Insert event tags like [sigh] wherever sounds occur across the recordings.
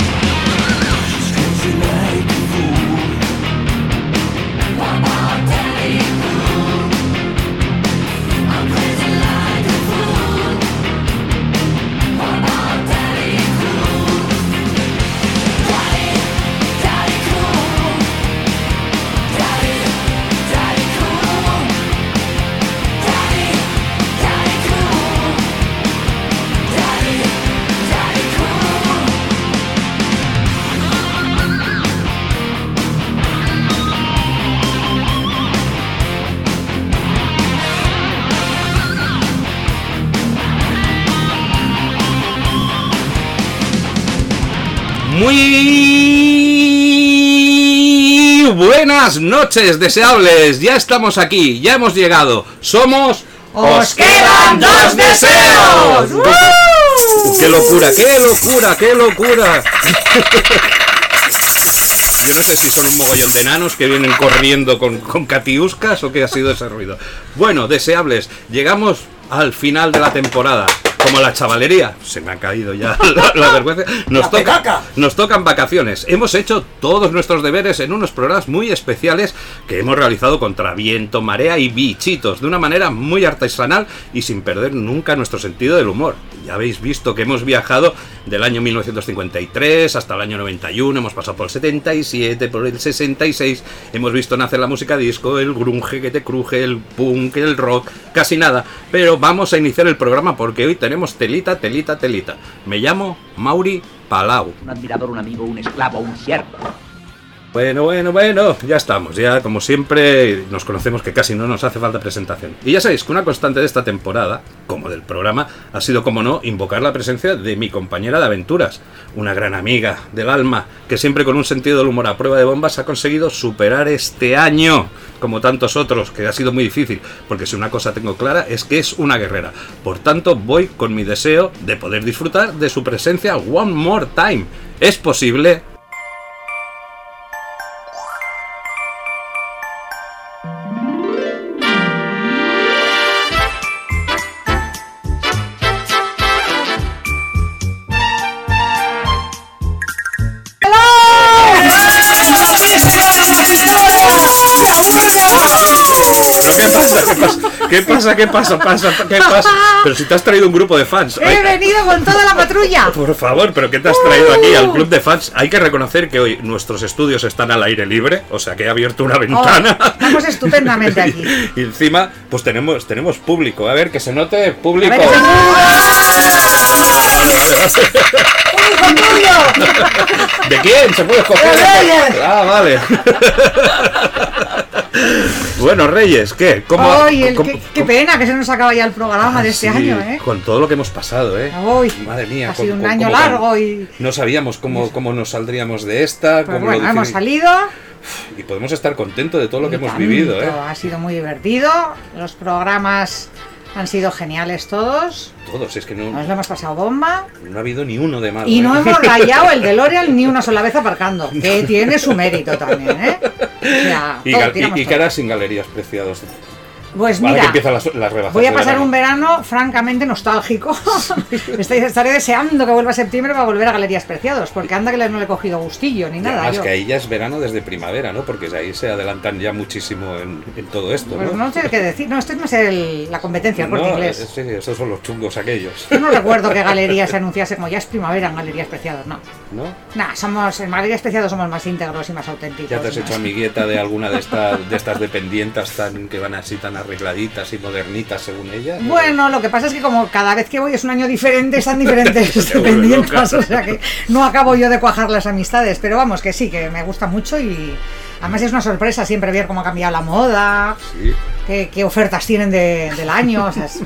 She's crazy like a fool. Muy buenas noches, deseables. Ya estamos aquí, ya hemos llegado. Somos. ¡Os quedan dos deseos! ¡Qué locura, qué locura, qué locura! Yo no sé si son un mogollón de enanos que vienen corriendo con, con catiuscas o qué ha sido ese ruido. Bueno, deseables, llegamos al final de la temporada. Como la chavalería, se me ha caído ya [laughs] la, la vergüenza. Nos, toca, nos tocan vacaciones. Hemos hecho todos nuestros deberes en unos programas muy especiales que hemos realizado contra viento, marea y bichitos, de una manera muy artesanal y sin perder nunca nuestro sentido del humor. Ya habéis visto que hemos viajado del año 1953 hasta el año 91, hemos pasado por el 77, por el 66, hemos visto nacer la música disco, el grunge que te cruje, el punk, el rock, casi nada. Pero vamos a iniciar el programa porque hoy tenemos telita, telita, telita. Me llamo Mauri Palau. Un admirador, un amigo, un esclavo, un siervo. Bueno, bueno, bueno, ya estamos, ya como siempre nos conocemos que casi no nos hace falta presentación. Y ya sabéis que una constante de esta temporada, como del programa, ha sido, como no, invocar la presencia de mi compañera de aventuras, una gran amiga del alma, que siempre con un sentido del humor a prueba de bombas ha conseguido superar este año, como tantos otros, que ha sido muy difícil, porque si una cosa tengo clara es que es una guerrera. Por tanto, voy con mi deseo de poder disfrutar de su presencia one more time. ¿Es posible? ¿Pero qué pasa? ¿Qué pasa? ¿Qué pasa? ¿Qué pasa? pasa? ¿Qué pasa? Pero si te has traído un grupo de fans. Ay, He venido con toda la [laughs] patrulla. por favor, ¿pero qué te has traído aquí al club de fans? Hay que reconocer que hoy nuestros estudios están al aire libre, o sea que he abierto una Oh, ventana. estamos estupendamente aquí. [laughs] Y encima, pues tenemos, tenemos público. A ver, que se note A público. ver, Vale, vale, vale. ¿De quién? ¿Se puede escoger? Reyes. Ah, vale. [laughs] bueno, Reyes, ¿qué? ¿Cómo, Ay, el- cómo- Ah, qué, qué pena que se nos acaba ya el programa de este Sí, año, ¿eh? Con todo lo que hemos pasado, ¿eh? Ay, Madre mía. ha con- sido un con- año cómo- largo y- No sabíamos cómo, cómo nos saldríamos de esta. Pues cómo bueno, lo hemos difícil- salido. Y podemos estar contentos de todo lo que y hemos tanto, vivido, ¿eh? Ha sido muy divertido. Los programas han sido geniales todos. Todos, es que no, Nos lo hemos pasado bomba. no ha habido ni uno de malo. Y no [laughs] ¿eh? hemos rayado el DeLorean ni una sola vez aparcando. Que tiene su mérito también, ¿eh? O sea, Y, todo, gal- y- tiramos y todo. caras sin galerías, preciados. Pues Ahora que mira, empiezan las, las rebajas. Voy a de pasar verano. un verano [laughs] francamente nostálgico. Estáis- Estaré deseando que vuelva septiembre para volver a Galerías Preciados, porque anda que le- no le he cogido gustillo ni Y nada. además Yo. que ahí ya es verano desde primavera, ¿no? Porque ahí se adelantan ya muchísimo en, en todo esto, Pues ¿no? no sé qué decir. No, esto no es el- la competencia, el corte No, eh, inglés. sí, esos son los chungos aquellos, [laughs] Yo no recuerdo que Galerías se anunciase como ya es primavera en Galerías Preciados, no. ¿no? Nah, somos, en Galerías Preciados somos más íntegros y más auténticos. Ya te has y hecho más- amigueta de alguna de estas de estas dependientas tan que van así tan arregladitas y modernitas según ella. ¿no? Bueno, lo que pasa es que como cada vez que voy es un año diferente, [laughs] están diferentes vuelve dependientes, loca. o sea que no acabo yo de cuajar las amistades, pero vamos, que sí, que me gusta mucho y además es una sorpresa siempre ver cómo ha cambiado la moda, Sí. qué, qué ofertas tienen de- del año. o sea, es-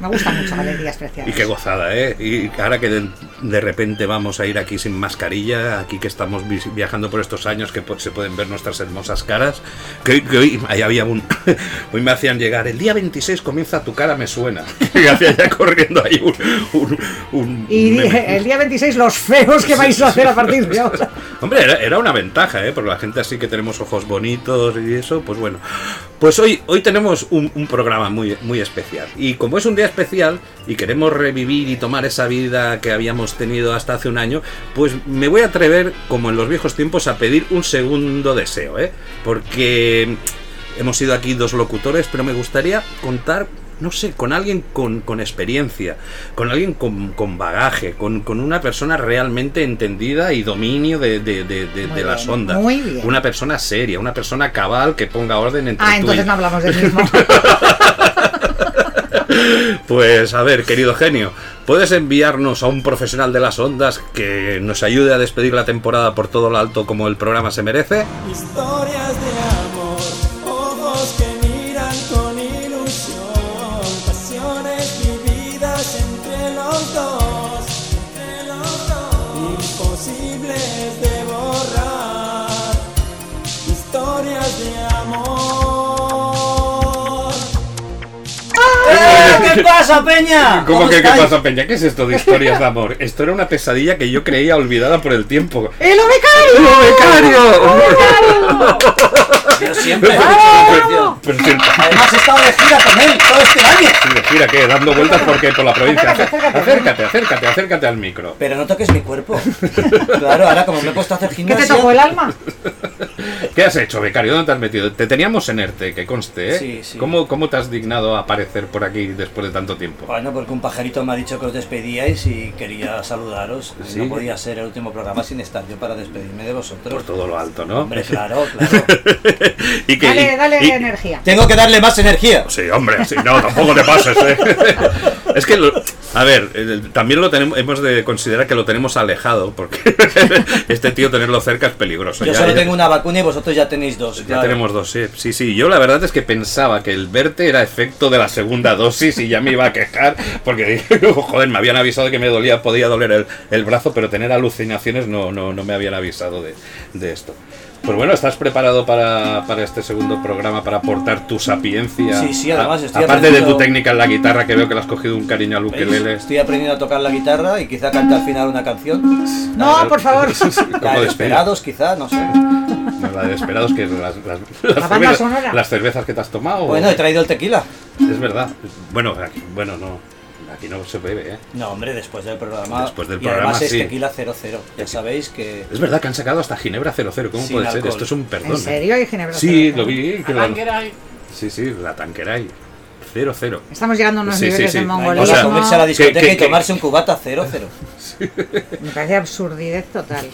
me gusta mucho Galerías Y Preciadas. qué gozada, ¿eh? Y ahora que de, de repente vamos a ir aquí sin mascarilla, aquí que estamos vi- viajando por estos años, que po- se pueden ver nuestras hermosas caras, que, que hoy, ahí había un, [laughs] hoy me hacían llegar, el día 26 comienza tu cara me suena. [laughs] Y hacía ya corriendo ahí un... un- un Y di- meme. el día 26 los feos que vais a hacer a [laughs] partir de ahora. Hombre, era, era una ventaja, ¿eh? Porque la gente así que tenemos ojos bonitos y eso, pues bueno. Pues hoy, hoy tenemos un, un programa muy, muy especial. Y como es un día especial y queremos revivir y tomar esa vida que habíamos tenido hasta hace un año, pues me voy a atrever, como en los viejos tiempos, a pedir un segundo deseo, ¿eh? Porque hemos sido aquí dos locutores, pero me gustaría contar, no sé, con alguien con, con experiencia, con alguien con, con bagaje, con, con una persona realmente entendida y dominio de, de- de- de- Muy de las bien, ondas. muy bien. Una persona seria, una persona cabal que ponga orden entre Ah, tú y- entonces no hablamos del [laughs] mismo. Pues a ver, querido genio, ¿puedes enviarnos a un profesional de las ondas que nos ayude a despedir la temporada por todo lo alto como el programa se merece? Historias de amor, ojos que miran con ilusión, pasiones vividas entre los dos, entre los dos, imposibles de borrar, historias de amor. ¿Qué pasa, Peña? ¿Cómo que qué estáis? pasa, Peña? ¿Qué es esto de historias de amor? Esto era una pesadilla que yo creía olvidada por el tiempo. ¡El becario! ¡Oh, becario! Yo siempre. Pero si Además, he estado de gira con él todo este año. Gira que dando vueltas porque por la provincia. Acércate, acércate, acércate al micro. Pero no toques mi cuerpo. Claro, ahora como me he puesto a hacer [laughs] ¿Qué gimnasia. te tocó el alma? ¿Qué has hecho, becario? ¿Dónde te has metido? Te teníamos en ERTE, que conste, ¿eh? Sí, sí. ¿Cómo, ¿Cómo te has dignado a aparecer por aquí después de tanto tiempo? Bueno, porque un pajarito me ha dicho que os despedíais y quería saludaros. Sí. No podía ser el último programa sin estar yo para despedirme de vosotros. Por todo lo alto, ¿no? [laughs] Hombre, claro, claro. y que, Dale, y- dale y- energía. Tengo que darle más energía. Sí, hombre, sí, no, tampoco te pases, ¿eh? [laughs] Es que, lo- a ver, el- también lo tenemos, hemos de considerar que lo tenemos alejado, porque [laughs] este tío tenerlo cerca es peligroso. Yo Ya- solo ya- tengo una vacuna y vosotros ya tenéis dos. Ya claro. tenemos dos, sí. sí, sí. Yo la verdad es que pensaba que el verte era efecto de la segunda dosis y ya me iba a quejar porque dije, [laughs] "Oh, joder, me habían avisado que me dolía, podía doler el, el brazo, pero tener alucinaciones no, no, no me habían avisado de, de esto. Pues bueno, ¿estás preparado para, para este segundo programa, para aportar tu sapiencia? Sí, sí, además A- estoy Aparte de tu aprendiendo- técnica en la guitarra, que veo que le has cogido un cariño al ¿Veis? ukelele. Estoy aprendiendo a tocar la guitarra y quizá cante al final una canción. No, [laughs] por favor. Ah, La Como de despedida. esperados, quizá, no sé. No, la de Desperados, que es las, las- las banda cervezas, sonora. las cervezas que te has tomado. Bueno, he traído el tequila. Es verdad. Bueno, aquí, bueno, no. Aquí no se bebe, ¿eh? No, hombre, después del programa. Después del y además programa, es sí. tequila 00. Ya sabéis que. Es verdad que han sacado hasta Ginebra 00. ¿Cómo Sin puede ser? alcohol. Esto es un perdón. ¿eh? ¿En serio? ¿Hay Ginebra? Sí, Cero? lo vi. que lo- Sí, sí, la Tanqueray. 00. Estamos llegando a unos Sí, sí, niveles sí. Ay, de Hay mongolismo. que sea, comerse a la discoteca que- que- y tomarse un cubata 00. Me parece absurdidez total. Hay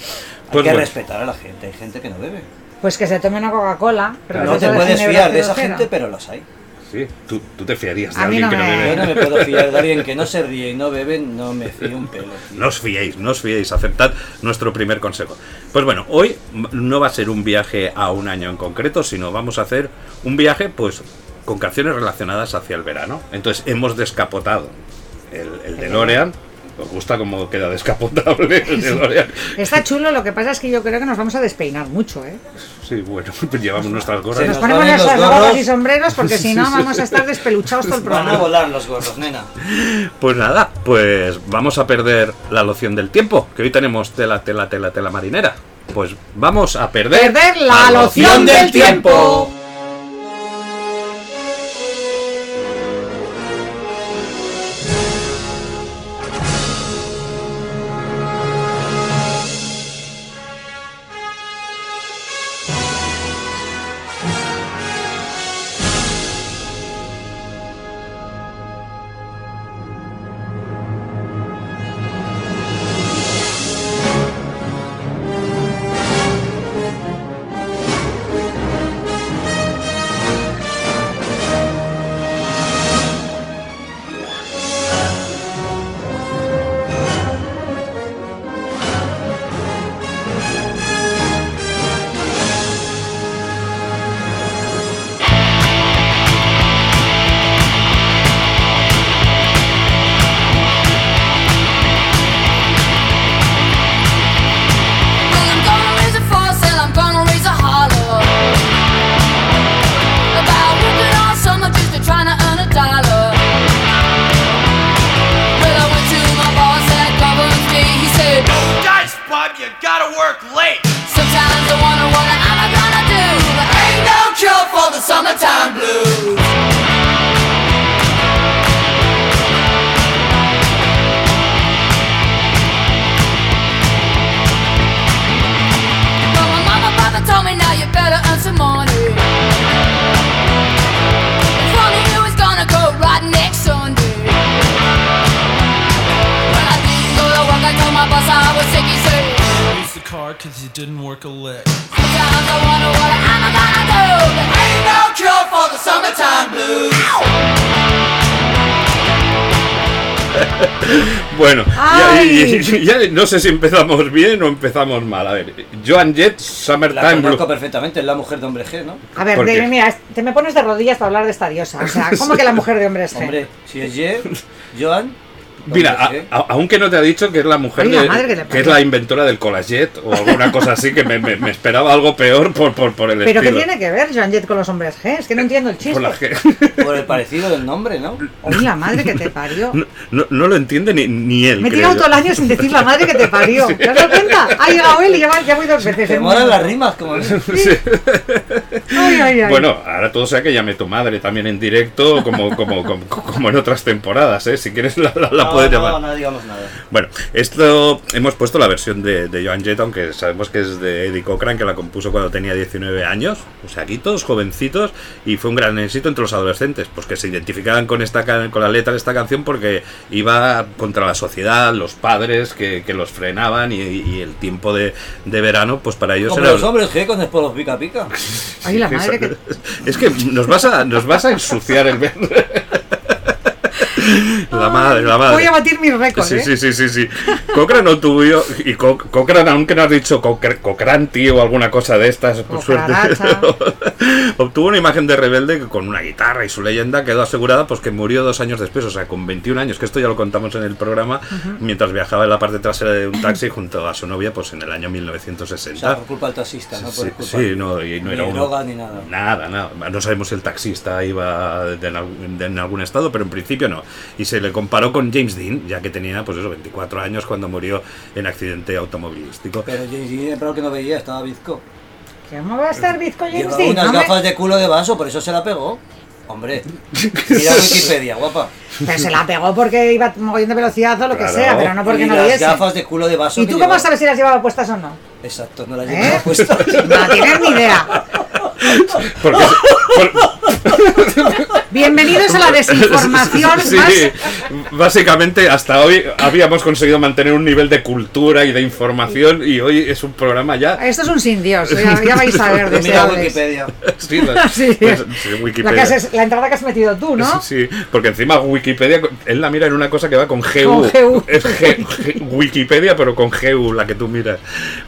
Pues que bueno. respetar a la gente. Hay gente que no bebe. Pues que se tome una Coca-Cola. pero Claro. que no te sea de puedes Ginebra fiar de esa cervecera. gente, pero las hay. Sí, tú, tú te fiarías de A mí alguien no que no me- bebe. Yo no me puedo fiar de alguien que no se ríe y no bebe, no me fío un pelo. tío. No os fiéis, no os fiéis, aceptad nuestro primer consejo. Pues bueno, hoy m- no va a ser un viaje a un año en concreto, sino vamos a hacer un viaje pues con canciones relacionadas hacia el verano. Entonces hemos descapotado el, el DeLorean. Os gusta cómo queda descapotable el DeLorean. Está chulo, lo que pasa es que yo creo que nos vamos a despeinar mucho, ¿eh? Sí, bueno, [laughs] pues llevamos nuestras Se Nos gorras. nos ponemos ponen los nuestras gorras gorros. y sombreros [laughs] porque si no vamos a estar despeluchados todo el Van a programa. volar los gorros, nena. Pues nada, pues vamos a perder la loción del tiempo, que hoy tenemos tela, tela, tela, tela marinera. Pues vamos a perder, Perder la loción del tiempo. you gotta work late. Sometimes I wonder what I'm gonna do, but ain't no cure for the summertime blues. Well, my mama, papa told me now you better earn some money. If only you was gonna go right next Sunday. When I didn't go to work, I told my boss I was sick. He said. Use the card cause you didn't work a lick. Sometimes I wonder what I'm gonna do. There ain't no cure for the summertime blues. Bueno, ya, [laughs] Ay. ya- ya no sé si empezamos bien o empezamos mal. A ver, Joan Jett, La Summertime conozco Blue. perfectamente, es la mujer de hombre G, ¿no? A ver, ¿Por de- qué? mira, te me pones de rodillas para hablar de esta diosa. O [laughs] sea, ¿cómo que la mujer de hombre es Hombre, si es Ye, Joan. Mira, hombre G. a- a- aunque no te ha dicho que es la mujer Ay, la de- madre que le que es parió. la inventora del Colajet o alguna cosa así, que me, me- me esperaba algo peor por, por, por el ¿Pero qué estilo. tiene que ver Joan Jett con los hombres G? Es que no entiendo el chiste. Por la que- por el parecido del nombre, ¿no? Oye, la madre que te parió. [laughs] no, no- no lo entiende ni, ni él. Me he creo tirado yo. todo el año sin decir la madre que [laughs] te parió. ¿Te has dado cuenta? Ha llegado él y ya, va- ya voy dos veces. ¿eh? Te en- molan las rimas como a mí. Ay, ay, ay. Bueno, ahora todo sea que llame tu madre también en directo, como, como, como, como en otras temporadas, ¿eh? Si quieres la, [laughs] la- la No, puedes no, llamar. no digamos nada. Bueno, esto hemos puesto la versión de, de Joan Jett, aunque sabemos que es de Eddie Cochran, que la compuso cuando tenía 19 años, o sea, aquí todos jovencitos, y fue un gran éxito entre los adolescentes, pues que se identificaban con esta ca- con la letra de esta canción porque iba contra la sociedad, los padres que, que los frenaban y, y el tiempo de, de verano, pues para ellos Como era... los hombres G con después los pica pica. Ay, la madre que. [laughs] Es que nos vas a, nos vas a ensuciar el verano. [laughs] La madre, la madre. Voy a batir mis récords. Sí, ¿eh? sí, sí, sí, sí. Cochran no tuvo y Co- Cochran, aunque no has dicho Cochran- Cochranti o alguna cosa de estas, por suerte, Cochranacha. [laughs] obtuvo una imagen de rebelde que con una guitarra y su leyenda quedó asegurada, pues que murió dos años después, o sea, con 21 años, que esto ya lo contamos en el programa, mientras viajaba en la parte trasera de un taxi junto a su novia, pues en el año O sea, 1960. por culpa del taxista, no por Sí, culpa. sí, no, y no ni era uno. droga ni nada. Nada, nada. No sabemos si el taxista iba de en, algún, de en algún estado, pero en principio no. Y se le comparó con James Dean, ya que tenía, pues eso, 24 años cuando murió en accidente automovilístico. Pero James Dean, el que no veía, estaba bizco. ¿Cómo va a estar Bizco James Llevaba Dean? unas No me- gafas de culo de vaso, por eso se la pegó. Hombre, [laughs] mira Wikipedia, guapa. Pero se la pegó porque iba mogollón de velocidad o lo que Claro. sea, pero no Ah, porque y no lo las viese. gafas de culo de vaso. ¿Y que tú cómo llevaba. sabes si las llevaba puestas o no? Exacto, no las ¿Eh? llevaba puestas. [laughs] No tienes ni idea. Porque, [laughs] por- [laughs] Bienvenidos a la desinformación Sí, más básicamente hasta hoy habíamos conseguido mantener un nivel de cultura y de información y hoy es un programa ya... Esto es un sin Dios, ya, ya vais a ver de qué Mira hables. Wikipedia. [laughs] Sí, la, [laughs] Sí. pues, sí, La, Wikipedia. que has- la entrada que has metido tú, ¿no? [laughs] Sí, porque encima Wikipedia, él la mira en una cosa que va con GU. Con GU. Es G- G- Wikipedia, pero con GU, la que tú miras.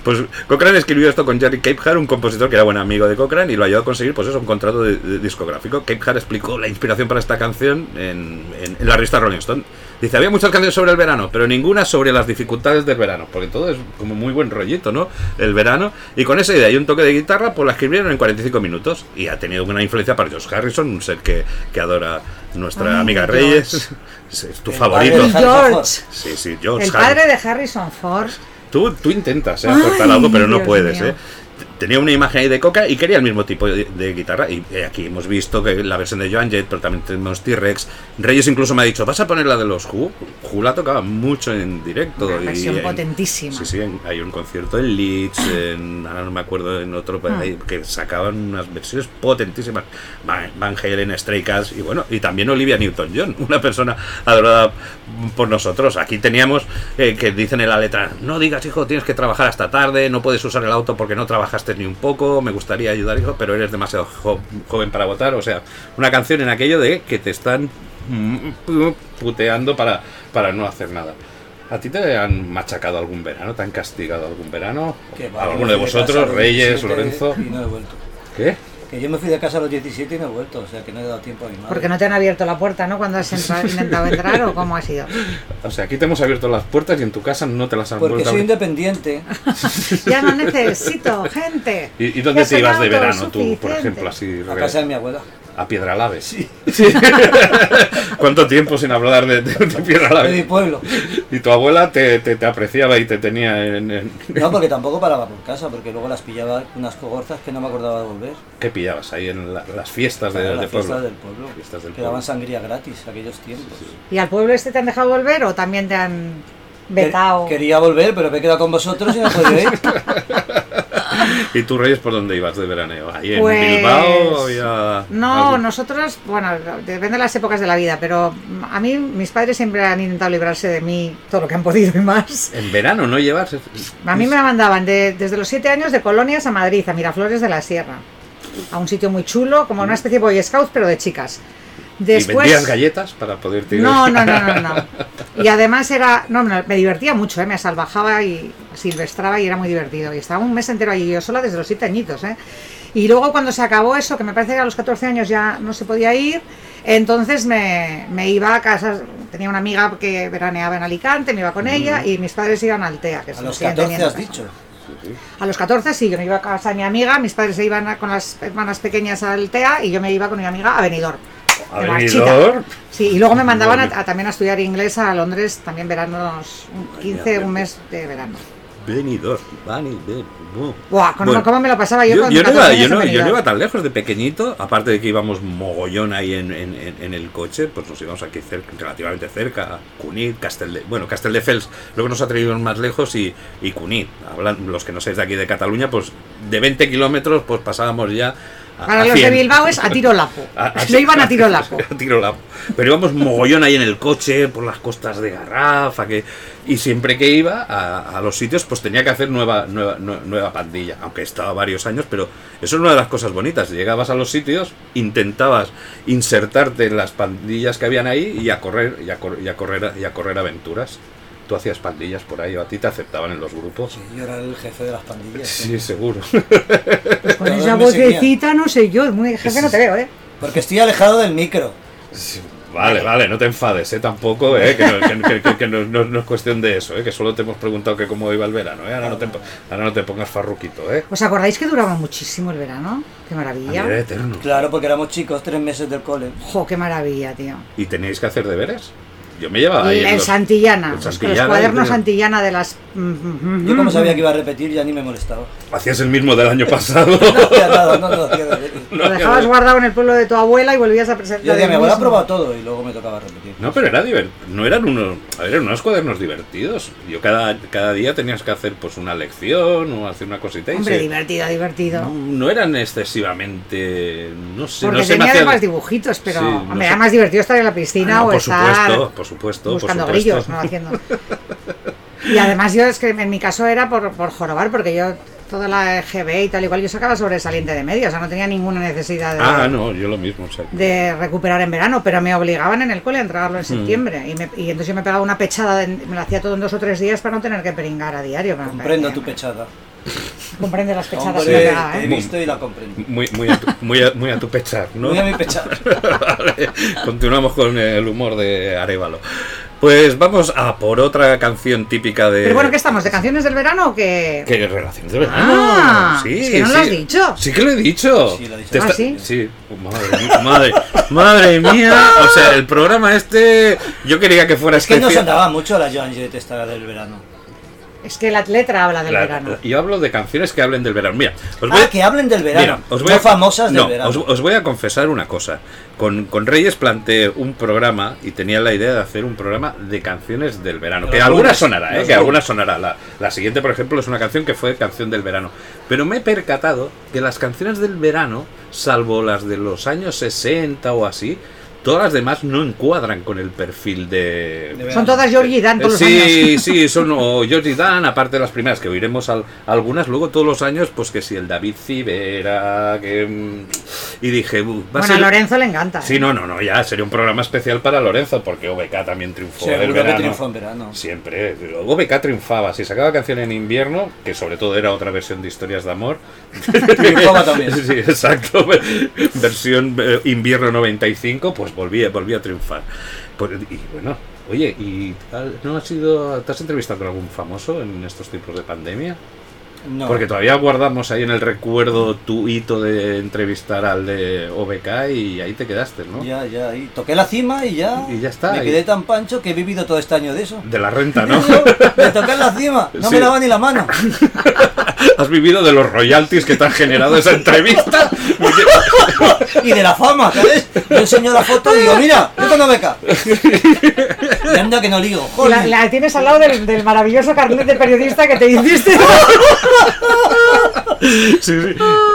Pues Cochran escribió esto con Jerry Capehart, un compositor que era buen amigo de Cochran, y lo ayudó a conseguir, pues eso, un contrato de, de discográfico. Capehart explicó la inspiración para esta canción en, en- en la revista Rolling Stone. Dice, había muchas canciones sobre el verano, pero ninguna sobre las dificultades del verano, porque todo es como muy buen rollito, ¿no? El verano. Y con esa idea y un toque de guitarra, pues la escribieron en 45 minutos. Y ha tenido una influencia para George Harrison, un ser que, que adora nuestra Ay, amiga George. Reyes. Es, es tu El favorito. El padre George, Sí, sí, George el Harrison. padre de Harrison Ford. Tú, tú intentas eh, Ay, aportar algo, pero no Dios puedes. mío. eh. T- Tenía una imagen ahí de coca y quería el mismo tipo de, de guitarra. Y eh, aquí hemos visto que la versión de Joan Jett, pero también tenemos T-Rex. Reyes incluso me ha dicho, ¿vas a poner la de los Who? Who la tocaba mucho en directo. Una y versión en- potentísima. Sí, sí, en- hay un concierto en Leeds, en- ahora no me acuerdo en otro, pero ahí, que sacaban unas versiones potentísimas. Van, Van Halen, Stray Cats y bueno, y también Olivia Newton-John, una persona adorada por nosotros. Aquí teníamos eh, que dicen en la letra, no digas hijo, tienes que trabajar hasta tarde, no puedes usar el auto porque no trabajaste ni un poco, me gustaría ayudar hijo, pero eres demasiado jo- joven para votar. O sea, una canción en aquello de que te están mm, puteando para, para no hacer nada. ¿A ti te han machacado algún verano? ¿Te han castigado algún verano? Que va, ¿Alguno de me casé a vosotros? los Reyes, 17 Lorenzo? Y no he vuelto. ¿Qué? Que yo me fui de casa a los 17 y no he vuelto, o sea que no he dado tiempo a mi madre. Porque no te han abierto la puerta, ¿no? Cuando has entrado- intentado entrar o cómo ha sido. O sea, aquí te hemos abierto las puertas y en tu casa no te las han Porque vuelto a soy abrir. independiente. Ya no necesito gente. [laughs] ¿Y, y dónde Ya te soy ibas de verano tú, por autosuficiente. ejemplo, así? A regre- casa de mi abuela. A Piedralaves. [laughs] ¿Cuánto tiempo sin hablar de, de, de De mi Piedralaves? pueblo. Y tu abuela te, te, te apreciaba y te tenía en... en- No, porque tampoco paraba por casa, porque luego las pillaba unas cogorzas que no me acordaba de volver. ¿Qué pillabas ahí en la- las fiestas de, Para de Ah, las pueblo? fiestas del pueblo. Fiestas del que daban pueblo. sangría gratis aquellos tiempos. ¿Y al pueblo este te han dejado volver o también te han vetado? Quería volver, pero me he quedado con vosotros y no [laughs] he podido ir. ¿Y tú, Reyes, por dónde ibas de veraneo? ¿Ahí en Pues- Bilbao había No, algún- nosotros, bueno, depende de las épocas de la vida, pero a mí mis padres siempre han intentado librarse de mí todo lo que han podido y más. En verano no llevas... A mí me mandaban de- desde los siete años de colonias a Madrid, a Miraflores de la Sierra, a un sitio muy chulo, como Mm. una especie de Boy Scout, pero de chicas. ¿Y vendías galletas para poderte ir? [laughs] No, no, no, no, no. Y además era, no, no, me divertía mucho, ¿eh? me salvajaba y silvestraba y era muy divertido. Y estaba un mes entero allí yo sola desde los siete añitos. ¿eh? Y luego cuando se acabó eso, que me parece que a los 14 años ya no se podía ir, entonces me, me iba a casa, tenía una amiga que veraneaba en Alicante, me iba con ella y mis padres iban a Altea. Que Mm. A se los siguen 14 teniendo has casa. dicho. A los 14 sí, yo me iba a casa de mi amiga, mis padres se iban a- con las hermanas pequeñas a Altea y yo me iba con mi amiga a Benidorm. de marchita. Avenidor. Sí, y luego me mandaban Vale. a, a también a estudiar inglés a Londres, también veranos, un 15, un mes de verano. Venidor. Vani, ven, bu. Buah, con- Bueno. ¿cómo me lo pasaba yo, Yo, con yo no 14 iba, años yo, en no, yo Benidorm? no iba tan lejos de pequeñito, aparte de que íbamos mogollón ahí en, en- en- en el coche, pues nos íbamos aquí cerca, relativamente cerca, a Cunit, Castel de, bueno, Castel de Fels, luego nos atrevimos más lejos y, y Cunit. Hablan, los que no seáis de aquí de Cataluña, pues de 20 kilómetros pues pasábamos ya a, Para a los de 100. Bilbao es a tiro [laughs] lapo. A- No iban [laughs] a tiro lapo. ah, a tiro lapo. Pero íbamos mogollón ahí en el coche, por las costas de Garrafa, que... Y siempre que iba a, a los sitios, pues tenía que hacer nueva, nueva, nue- nueva pandilla. Aunque estaba varios años, pero eso es una de las cosas bonitas. Llegabas a los sitios, intentabas insertarte en las pandillas que habían ahí y a correr, y a, cor- y a correr, y a correr aventuras. Tú hacías pandillas por ahí, o a ti te aceptaban en los grupos. Sí, yo era el jefe de las pandillas. Sí, seguro. Con Cada esa vez me seguía. vocecita, no sé yo, es muy jefe, no te veo, ¿eh? Porque estoy alejado del micro. Vale, vale, no te enfades, ¿eh? Tampoco, ¿eh? Que, no, que- que- que- que no- no- no es cuestión de eso, ¿eh? Que solo te hemos preguntado que cómo iba el verano, ¿eh? Ahora no te, ahora no te pongas farruquito, ¿eh? ¿Os acordáis que duraba muchísimo el verano? Qué maravilla. Era eterno. Claro, porque éramos chicos, tres meses del cole. Jo, qué maravilla, tío. ¿Y tenéis que hacer deberes? Yo me llevaba ahí. el, en los- Santillana, en los- Santillana, los cuadernos tío. Santillana de las... Mm, mm, Yo mm, como mm. sabía que iba a repetir, ya ni me [laughs] molestaba. Hacías el mismo del año [laughs] pasado. No hacía nada, no, no hacía repetir. [laughs] No, Lo dejabas guardado en el pueblo de tu abuela y volvías a presentar Yo decía, el mi abuela ha mismo. probado todo y luego me tocaba repetir. No, pero era diver- no eran unos, a ver, eran unos cuadernos divertidos. Yo cada, cada día tenías que hacer pues una lección o hacer una cosita y Hombre, se- divertido, divertido. no, no eran excesivamente, no sé, Porque no se me tenía hacían- además dibujitos, pero Sí, no hombre, sé. era más divertido estar en la piscina Ah, no, o por estar supuesto, por supuesto, por buscando supuesto. grillos, ¿no? Haciendo. Y además yo es que en mi caso era por, por jorobar, porque yo toda la GB y tal y cual, yo sacaba sobresaliente de media, o sea, no tenía ninguna necesidad de, Ah, no, yo lo mismo. o sea, de recuperar en verano, pero me obligaban en el cole a entregarlo Mm. en septiembre. Y, me- y entonces yo me pegaba una pechada, en- me lo hacía todo en dos o tres días para no tener que peringar a diario. me Comprendo parecía- tu pechada. Comprende las pechadas que me Hombre, pegaba, te he ¿eh? visto y la comprendo. Muy, muy, a tu, muy, a, muy a tu pechar, ¿no? Muy a mi [laughs] pechada. Vale, Continuamos con el humor de Arevalo. Pues vamos a por otra canción típica de. Pero bueno, ¿qué estamos? ¿De canciones del verano o qué? Que relaciones de verano. Ah, sí, es que no lo sí. has dicho. Sí que lo he dicho. Sí, lo ha dicho. Te pues Ah, ¿sí? madre, mía, madre, madre mía. O sea, el programa este. Yo quería que fuera Es que nos especial. andaba mucho la Joan Jett esta del verano. Es que la letra habla del La- verano. yo hablo de canciones que hablen del verano. Mira, os voy Ah, a- que hablen del verano. Mira, os voy no a- famosas del no, verano. Os, os voy a confesar una cosa. Con, con Reyes planteé un programa y tenía la idea de hacer un programa de canciones del verano. Pero que algunas, alguna sonará, ¿eh? los Que alguna algunas. sonará. La, la siguiente, por ejemplo, es una canción que fue canción del verano. Pero me he percatado que las canciones del verano, salvo las de los años 60 o así, Todas las demás no encuadran con el perfil de. De Son todas Georgie Dan todos los Eh, sí, años. sí, son o Georgie Dan, aparte de las primeras que oiremos al- algunas, luego todos los años, pues que si el David Civera, que. mm, Y dije, uh, va a Bueno, a ser- Lorenzo le encanta. ¿eh? Sí, no, no, no, ya sería un programa especial para Lorenzo, porque OBK también triunfó. del Seguro que verano. triunfó en verano. Siempre. eh. OBK triunfaba. Si sacaba canción en invierno, que sobre todo era otra versión de historias de amor. [laughs] Triunfaba también. Sí, exacto. [laughs] Versión eh, invierno 95, pues volvía, volvía a triunfar. Pues, y bueno, oye, ¿y tal- no has sido, te has entrevistado con algún famoso en estos tiempos de pandemia? No. Porque todavía guardamos ahí en el recuerdo tu hito de entrevistar al de OBK y ahí te quedaste, ¿no? Ya, ya, y toqué la cima y ya. Y ya está, Me y- quedé tan pancho que he vivido todo este año de eso. De la renta, [laughs] ¿no? [laughs] Yo, De tocar la cima, no Sí. me daba ni la mano. Has vivido de los royalties que te han generado esa entrevista. Y de la fama, ¿sabes? Yo enseño la foto y digo, mira, yo con beca. Y anda que no ligo, joder. La, la tienes al lado del, del maravilloso carnet de periodista que te [laughs] hiciste. Sí, sí.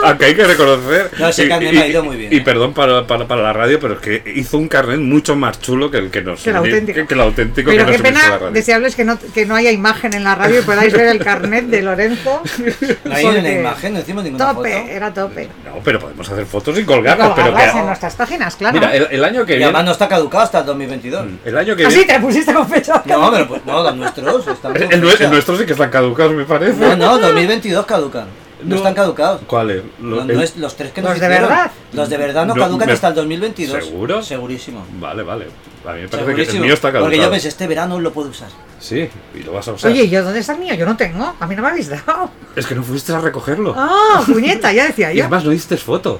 Aunque hay que reconocer. No, ese y- carnet y- me ha ido muy bien, Y eh. perdón para, para- para la radio, pero es que hizo un carnet mucho más chulo que el que nos. Que el auténtico. que- que el auténtico Pero que nos qué suministra pena la radio. deseables que no, que no haya imagen en la radio y podáis ver el carnet de Lorenzo. [laughs] No hay una porque- imagen, no hicimos ninguna Tope, eh. foto. era tope. No, pero podemos hacer fotos y colgarlas. pero Colgarlas que- en nuestras páginas, claro. Mira, el, el año que Y además viene. no está caducado hasta el 2022. El año que Así viene. Ah, te pusiste con fecha. No, pero pues no, los nuestros. están con El, el nue- fecha. el nuestro sí que están caducados, me parece. No, no, 2022 caducan. No, están caducados. ¿Cuáles? Lo- Los, el- nues- los tres que nos ¿Los de hicieron. verdad? Los de verdad no No, caducan me- hasta el 2022. ¿Seguro? Segurísimo. Vale, vale. A mí me parece que el Segurísimo. mío está caducado. Porque yo pensé, este verano lo puedo usar. Sí, y lo vas a usar. Oye, ¿y ¿yo dónde está el mío? Yo no tengo. A mí no me habéis dado. Es que no fuiste a recogerlo. Ah, puñeta, ya decía Y [laughs] yo. además no diste foto.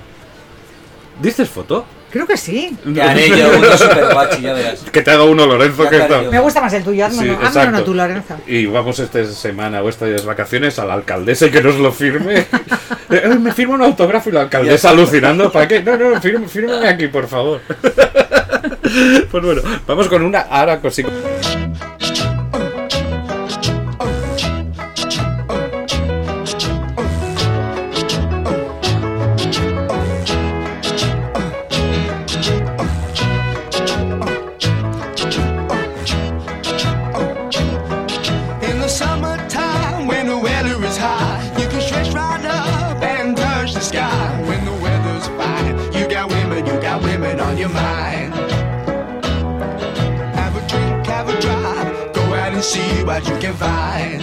¿Diste foto? Creo que sí. Te haré [laughs] yo uno super guachi, ya verás. Que te haga uno, Lorenzo, Ya que te está. haré Me gusta más el tuyo. Hazme Sí, uno. Hazme exacto. uno [laughs] tú, Lorenzo. Y vamos esta semana o estas vacaciones a la alcaldesa y que nos lo [laughs] firme. Eh, Me firma un autógrafo y la alcaldesa alucinando. ¿Para qué? No, no, firme, fírmame aquí, por [laughs] favor. Pues bueno, vamos con una ara cosita. In the summertime, when the weather is hot, you can stretch right up and touch the sky. When the weather's fine, you got women, you got women on your mind. Have a drink, have a drive, go out and see what you can find.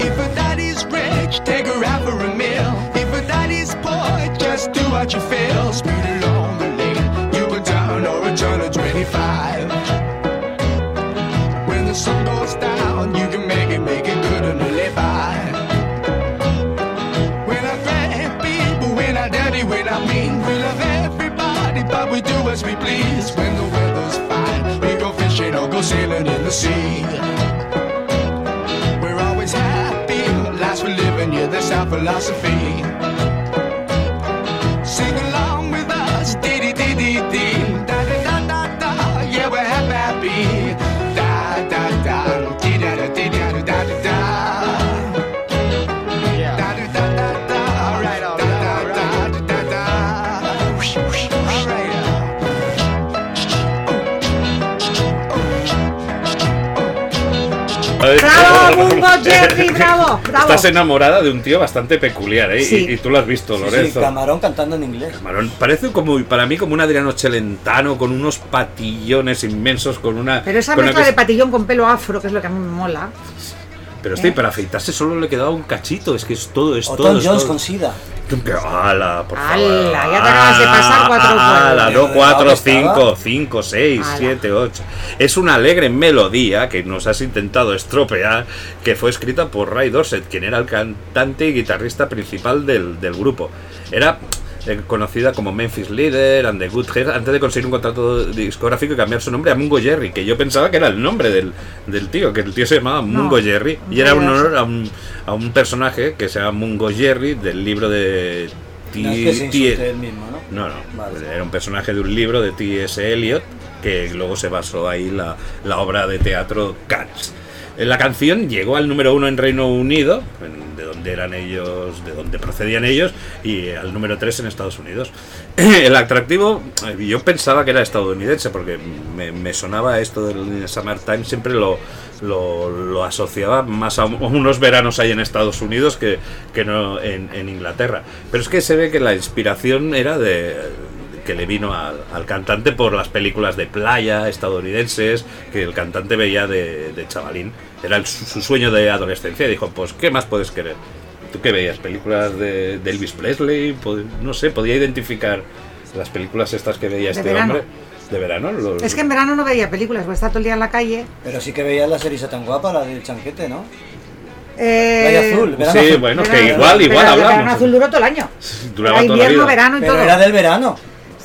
If a daddy's rich, take her out for a meal. If a daddy's poor, just do what you feel. Speed along the lane, you go down or return to 25. When the sun goes down, you can make it, make it good and live by. When I grab people, when I dirty, when I mean, we love everybody, but we do as we please. When the weather's fine, we go fishing or go sailing in the sea. We're always happy, last we're living, yeah, that's our philosophy. Sing along with us, dee dee dee dee dee, da da da da da. Yeah, we're happy, da da da, dee da da dee da da da da da. Da da da da da, all right, all right, all right, da da da. Whoosh, whoosh, whoosh. All right. ¡Bravo, Bumbo Jerry! ¡Bravo! ¡Bravo! Estás enamorada de un tío bastante peculiar, ¿eh? Sí. Y, y tú lo has visto, Sí, Lorenzo. camarón cantando en inglés. Camarón, parece como para mí como un Adriano Chelentano con unos patillones inmensos, con una. Pero esa con una mezcla de cosa- patillón con pelo afro, que es lo que a mí me mola. Pero este, para afeitarse solo le quedaba un cachito, es que es todo, es O todo. Tom es Jones todo. con SIDA. Que- ¡Hala, por favor! ¡Hala! Ya te acabas de pasar cuatro ¡Hala! pueblos. No cuatro, ¿Dónde estaba? cinco, cinco, seis, ¡Hala! siete, ocho. Es una alegre melodía que nos has intentado estropear, que fue escrita por Ray Dorset, quien era el cantante y guitarrista principal del, del grupo. Era eh, conocida como Memphis Leader and the Good Head antes de conseguir un contrato discográfico y cambiar su nombre a Mungo Jerry que yo pensaba que era el nombre del, del tío que el tío se llamaba Mungo Jerry y era un Ray Dorset. honor a un, a un personaje que se llama Mungo Jerry del libro de T- No es que se T- E. insulte él mismo, ¿no? no, pues, no, Vale. era un personaje de un libro de T.S. Eliot que luego se basó ahí la, la obra de teatro Cats. Eh, La canción llegó al número uno en Reino Unido, en- de donde eran ellos, de donde procedían ellos, y al número tres en Estados Unidos. [laughs] El atractivo, eh, yo pensaba que era estadounidense, porque me, me sonaba esto del Summertime, siempre lo, lo, lo asociaba más a un- unos veranos ahí en Estados Unidos que, que no en, en Inglaterra. Pero es que se ve que la inspiración era de que le vino al, al cantante por las películas de playa estadounidenses que el cantante veía de, de chavalín. Era el- su, su sueño de adolescencia y dijo, pues, ¿qué más puedes querer? ¿Tú qué veías? ¿Películas de, de Elvis Presley? Po- no sé, podía identificar las películas estas que veía De este verano. hombre. De verano. los- Es que en verano no veía películas, pues estaba todo el día en la calle. Pero sí que veías la serie esa tan guapa, la del chanquete, ¿no? Eh, La de azul, Sí, verano. azul. bueno, verano, que igual, igual pero el Verano hablamos. azul duró todo el año. Duraba Era toda la invierno, vida. verano y Pero todo. era del verano.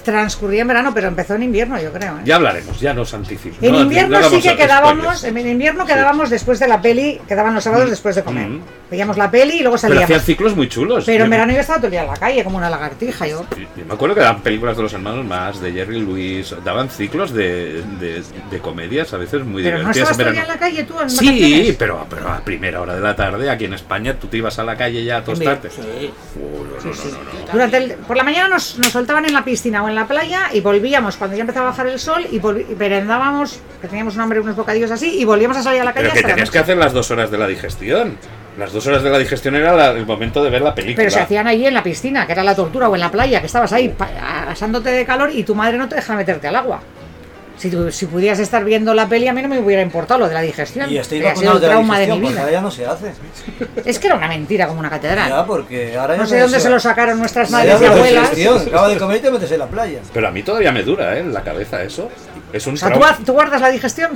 Transcurría en verano, pero empezó en invierno, yo creo. ¿eh? Ya hablaremos, ya nos anticipamos. En No, invierno no sí hagamos que spoilers. quedábamos, en invierno quedábamos después de la peli, quedaban los sábados después de comer. Mm. Veíamos la peli y Pero luego salíamos. hacían Pero, ciclos muy chulos. Yo- en verano yo estaba todo el día en la calle como una lagartija, yo. Yo me acuerdo que daban películas de los hermanos más, de Jerry Lewis, daban ciclos de, de- de comedias a veces muy Pero no divertidas. estabas todo el verano. día en la calle tú en sí, vacaciones. pero, pero a primera hora de la tarde, aquí en España, tú te ibas a la calle ya a tostarte. Uh, no, no, no, no, no. Durante el- por la mañana nos, nos soltaban en la piscina o en la playa y volvíamos cuando ya empezaba a bajar el sol y, volvi- y merendábamos, que teníamos un hambre, unos bocadillos así, y volvíamos a salir a la calle Pero que hasta la tenías que noche. hacer las dos horas de la digestión. Las dos horas de la digestión era la- el momento de ver la película. Pero se hacían allí en la piscina, que era la tortura, o en la playa, que estabas ahí pa- asándote de calor y tu madre no te deja meterte al agua. Si, tú- si pudieras estar viendo la peli, a mí no me hubiera importado lo de la digestión. Y estoy que ha sido vacunado el de la trauma de mi digestión, pues, porque vida. ahora ya no se hace. Es que era una mentira como una Ya, catedral. porque ahora ya No sé dónde se lo saca. sacaron nuestras Madre madres y abuelas. O Acaba de comer y te metes en la playa. Pero a mí todavía me dura, ¿eh? En la cabeza eso. Es un sea, ¿tú, trauma. tú guardas la digestión?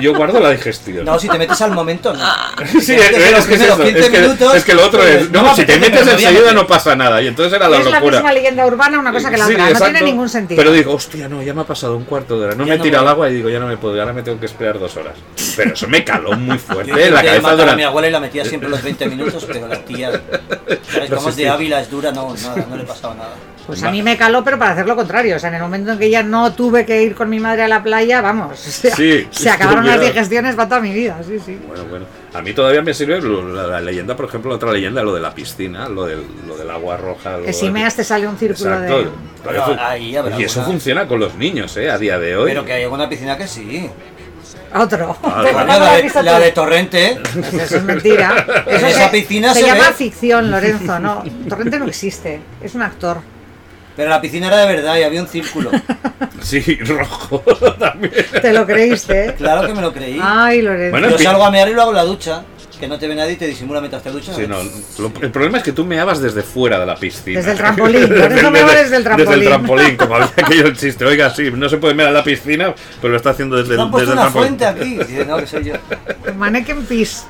Yo guardo la digestión. No, si te metes al momento, no. Si [laughs] Sí, te metes en es, los que es primeros eso, 15 es que, minutos, es que lo otro pues, es, no, me si te apetece, metes pero me voy a enseguida no meter. pasa nada, y entonces era [laughs] la [laughs] es la locura. misma leyenda urbana una cosa que la Sí, otra. No exacto. tiene ningún sentido. Pero digo, hostia, no, ya me ha pasado un cuarto de hora. No Ya me no tira al voy. agua y digo, ya no me puedo, ahora me tengo que esperar dos horas. Pero eso me caló muy Yo fuerte en la intenté cabeza matar a mi durante. abuela y la metía siempre los 20 minutos, pero la tía, ¿sabes? Como es de Resistía. Ávila, es dura, no, nada, no le pasaba nada. Pues a mí me caló, pero para hacer lo contrario. O sea, en el momento en que ya no tuve que ir con mi madre a la playa, vamos. [laughs] o sea, Sí, [laughs] se acabaron las estuvieron. digestiones para toda mi vida. Sí, sí. Bueno, bueno. A mí todavía me sirve lo- la, la leyenda, por ejemplo, otra leyenda, lo de la piscina, lo del, lo del agua roja. lo Que si de- meas te sale un círculo Exacto. de. Todavía Pero fu- ahí habrá y eso alguna. funciona con los niños, ¿eh? A día de hoy. Pero que hay alguna piscina que sí. [laughs] Otro. [laughs] Ah, Pero vale. no Coño, la, lo has de, visto la tú. de Torrente, ¿eh? Eso [laughs] es mentira. Eso En esa se- piscina se, se llama ve. ficción, Lorenzo. No, Torrente no existe. Es un actor. pero la piscina era de verdad y había un círculo. [laughs] Sí, rojo también. Te lo [laughs] creíste, ¿eh? Claro que me lo creí. Ay, Lorenzo. Bueno, en Yo fin. salgo a mear y lo hago en la ducha, que no te ve nadie y te disimula mientras te duchas. Sí, no, lo- el problema es que tú meabas desde fuera de la piscina. Desde el [laughs] trampolín, por eso meaba desde Desde el trampolín. el trampolín, como había aquello el chiste. Oiga, sí, no se puede mear en la piscina, pero lo está haciendo desde, Te han desde puesto el una trampolín. fuente aquí. Dice, no, que [laughs] soy yo. Mannequin Peace.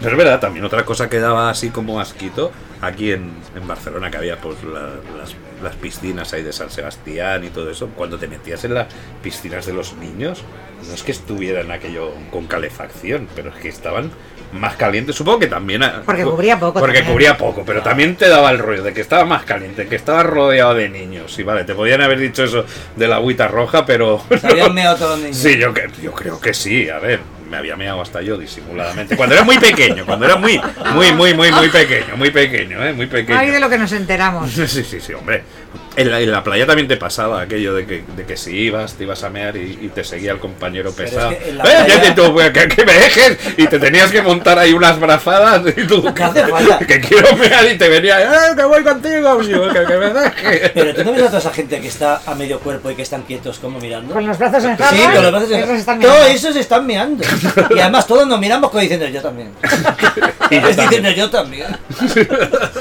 Pero es verdad, también otra cosa que daba así como asquito, aquí en, en Barcelona, que había pues la- las, las piscinas ahí de San Sebastián y todo eso, cuando te metías en las piscinas de los niños, no es que estuvieran aquello con calefacción, pero es que estaban más calientes, supongo que también... ah, Porque cu- cubría poco Porque también. cubría poco, pero también te daba el rollo de que estaba más caliente, que estaba rodeado de niños, y vale, te podían haber dicho eso de la agüita roja, pero... [laughs] Se habían meado todos los niños. Sí, yo, que- yo creo que sí. A ver, me había meado hasta yo disimuladamente. Cuando era muy pequeño, cuando era muy, muy, muy, muy, muy pequeño, muy pequeño, ¿eh? Muy pequeño. Ay, de lo que nos enteramos. Sí, sí, sí, hombre. En la, en la playa también te pasaba aquello de que, de que si ibas, te ibas a mear y, y te seguía el compañero Pero es pesado. que en la ¡Eh, playa- que, tú, que- que me dejes! Y te tenías que montar ahí unas brazadas y tú... ¿Qué hace falta? [laughs] Que quiero mear y te venía... ¡Eh, que voy contigo! Y yo, que, que me dejes! Pero tú no ves a toda esa gente que está a medio cuerpo y que están quietos como mirando. Con los brazos en jarra. Sí, con los brazos en- esos están Todos mirando. esos están meando. Y además todos nos miramos como diciendo yo también. [laughs] Y yo Es también. diciendo yo también.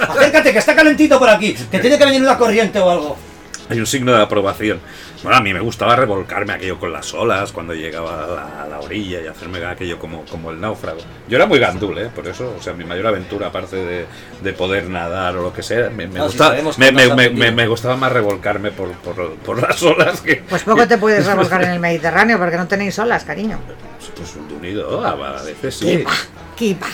Acércate, que está calentito por aquí. Que tiene que venir una corriente o algo. Hay un signo de aprobación. Bueno, a mí me gustaba revolcarme aquello con las olas cuando llegaba a la, a la orilla y hacerme aquello como, como el náufrago. Yo era muy gandul, ¿eh? Por eso, o sea, mi mayor aventura, aparte de, de poder nadar o lo que sea, me, me No, si gustaba, sabemos me, que no me- has me- aprendido. me- me gustaba más revolcarme por, por- por las olas que... Pues poco te puedes revolcar en el Mediterráneo porque no tenéis olas, cariño. ah, Pues un unido, a a veces sí. Kipa.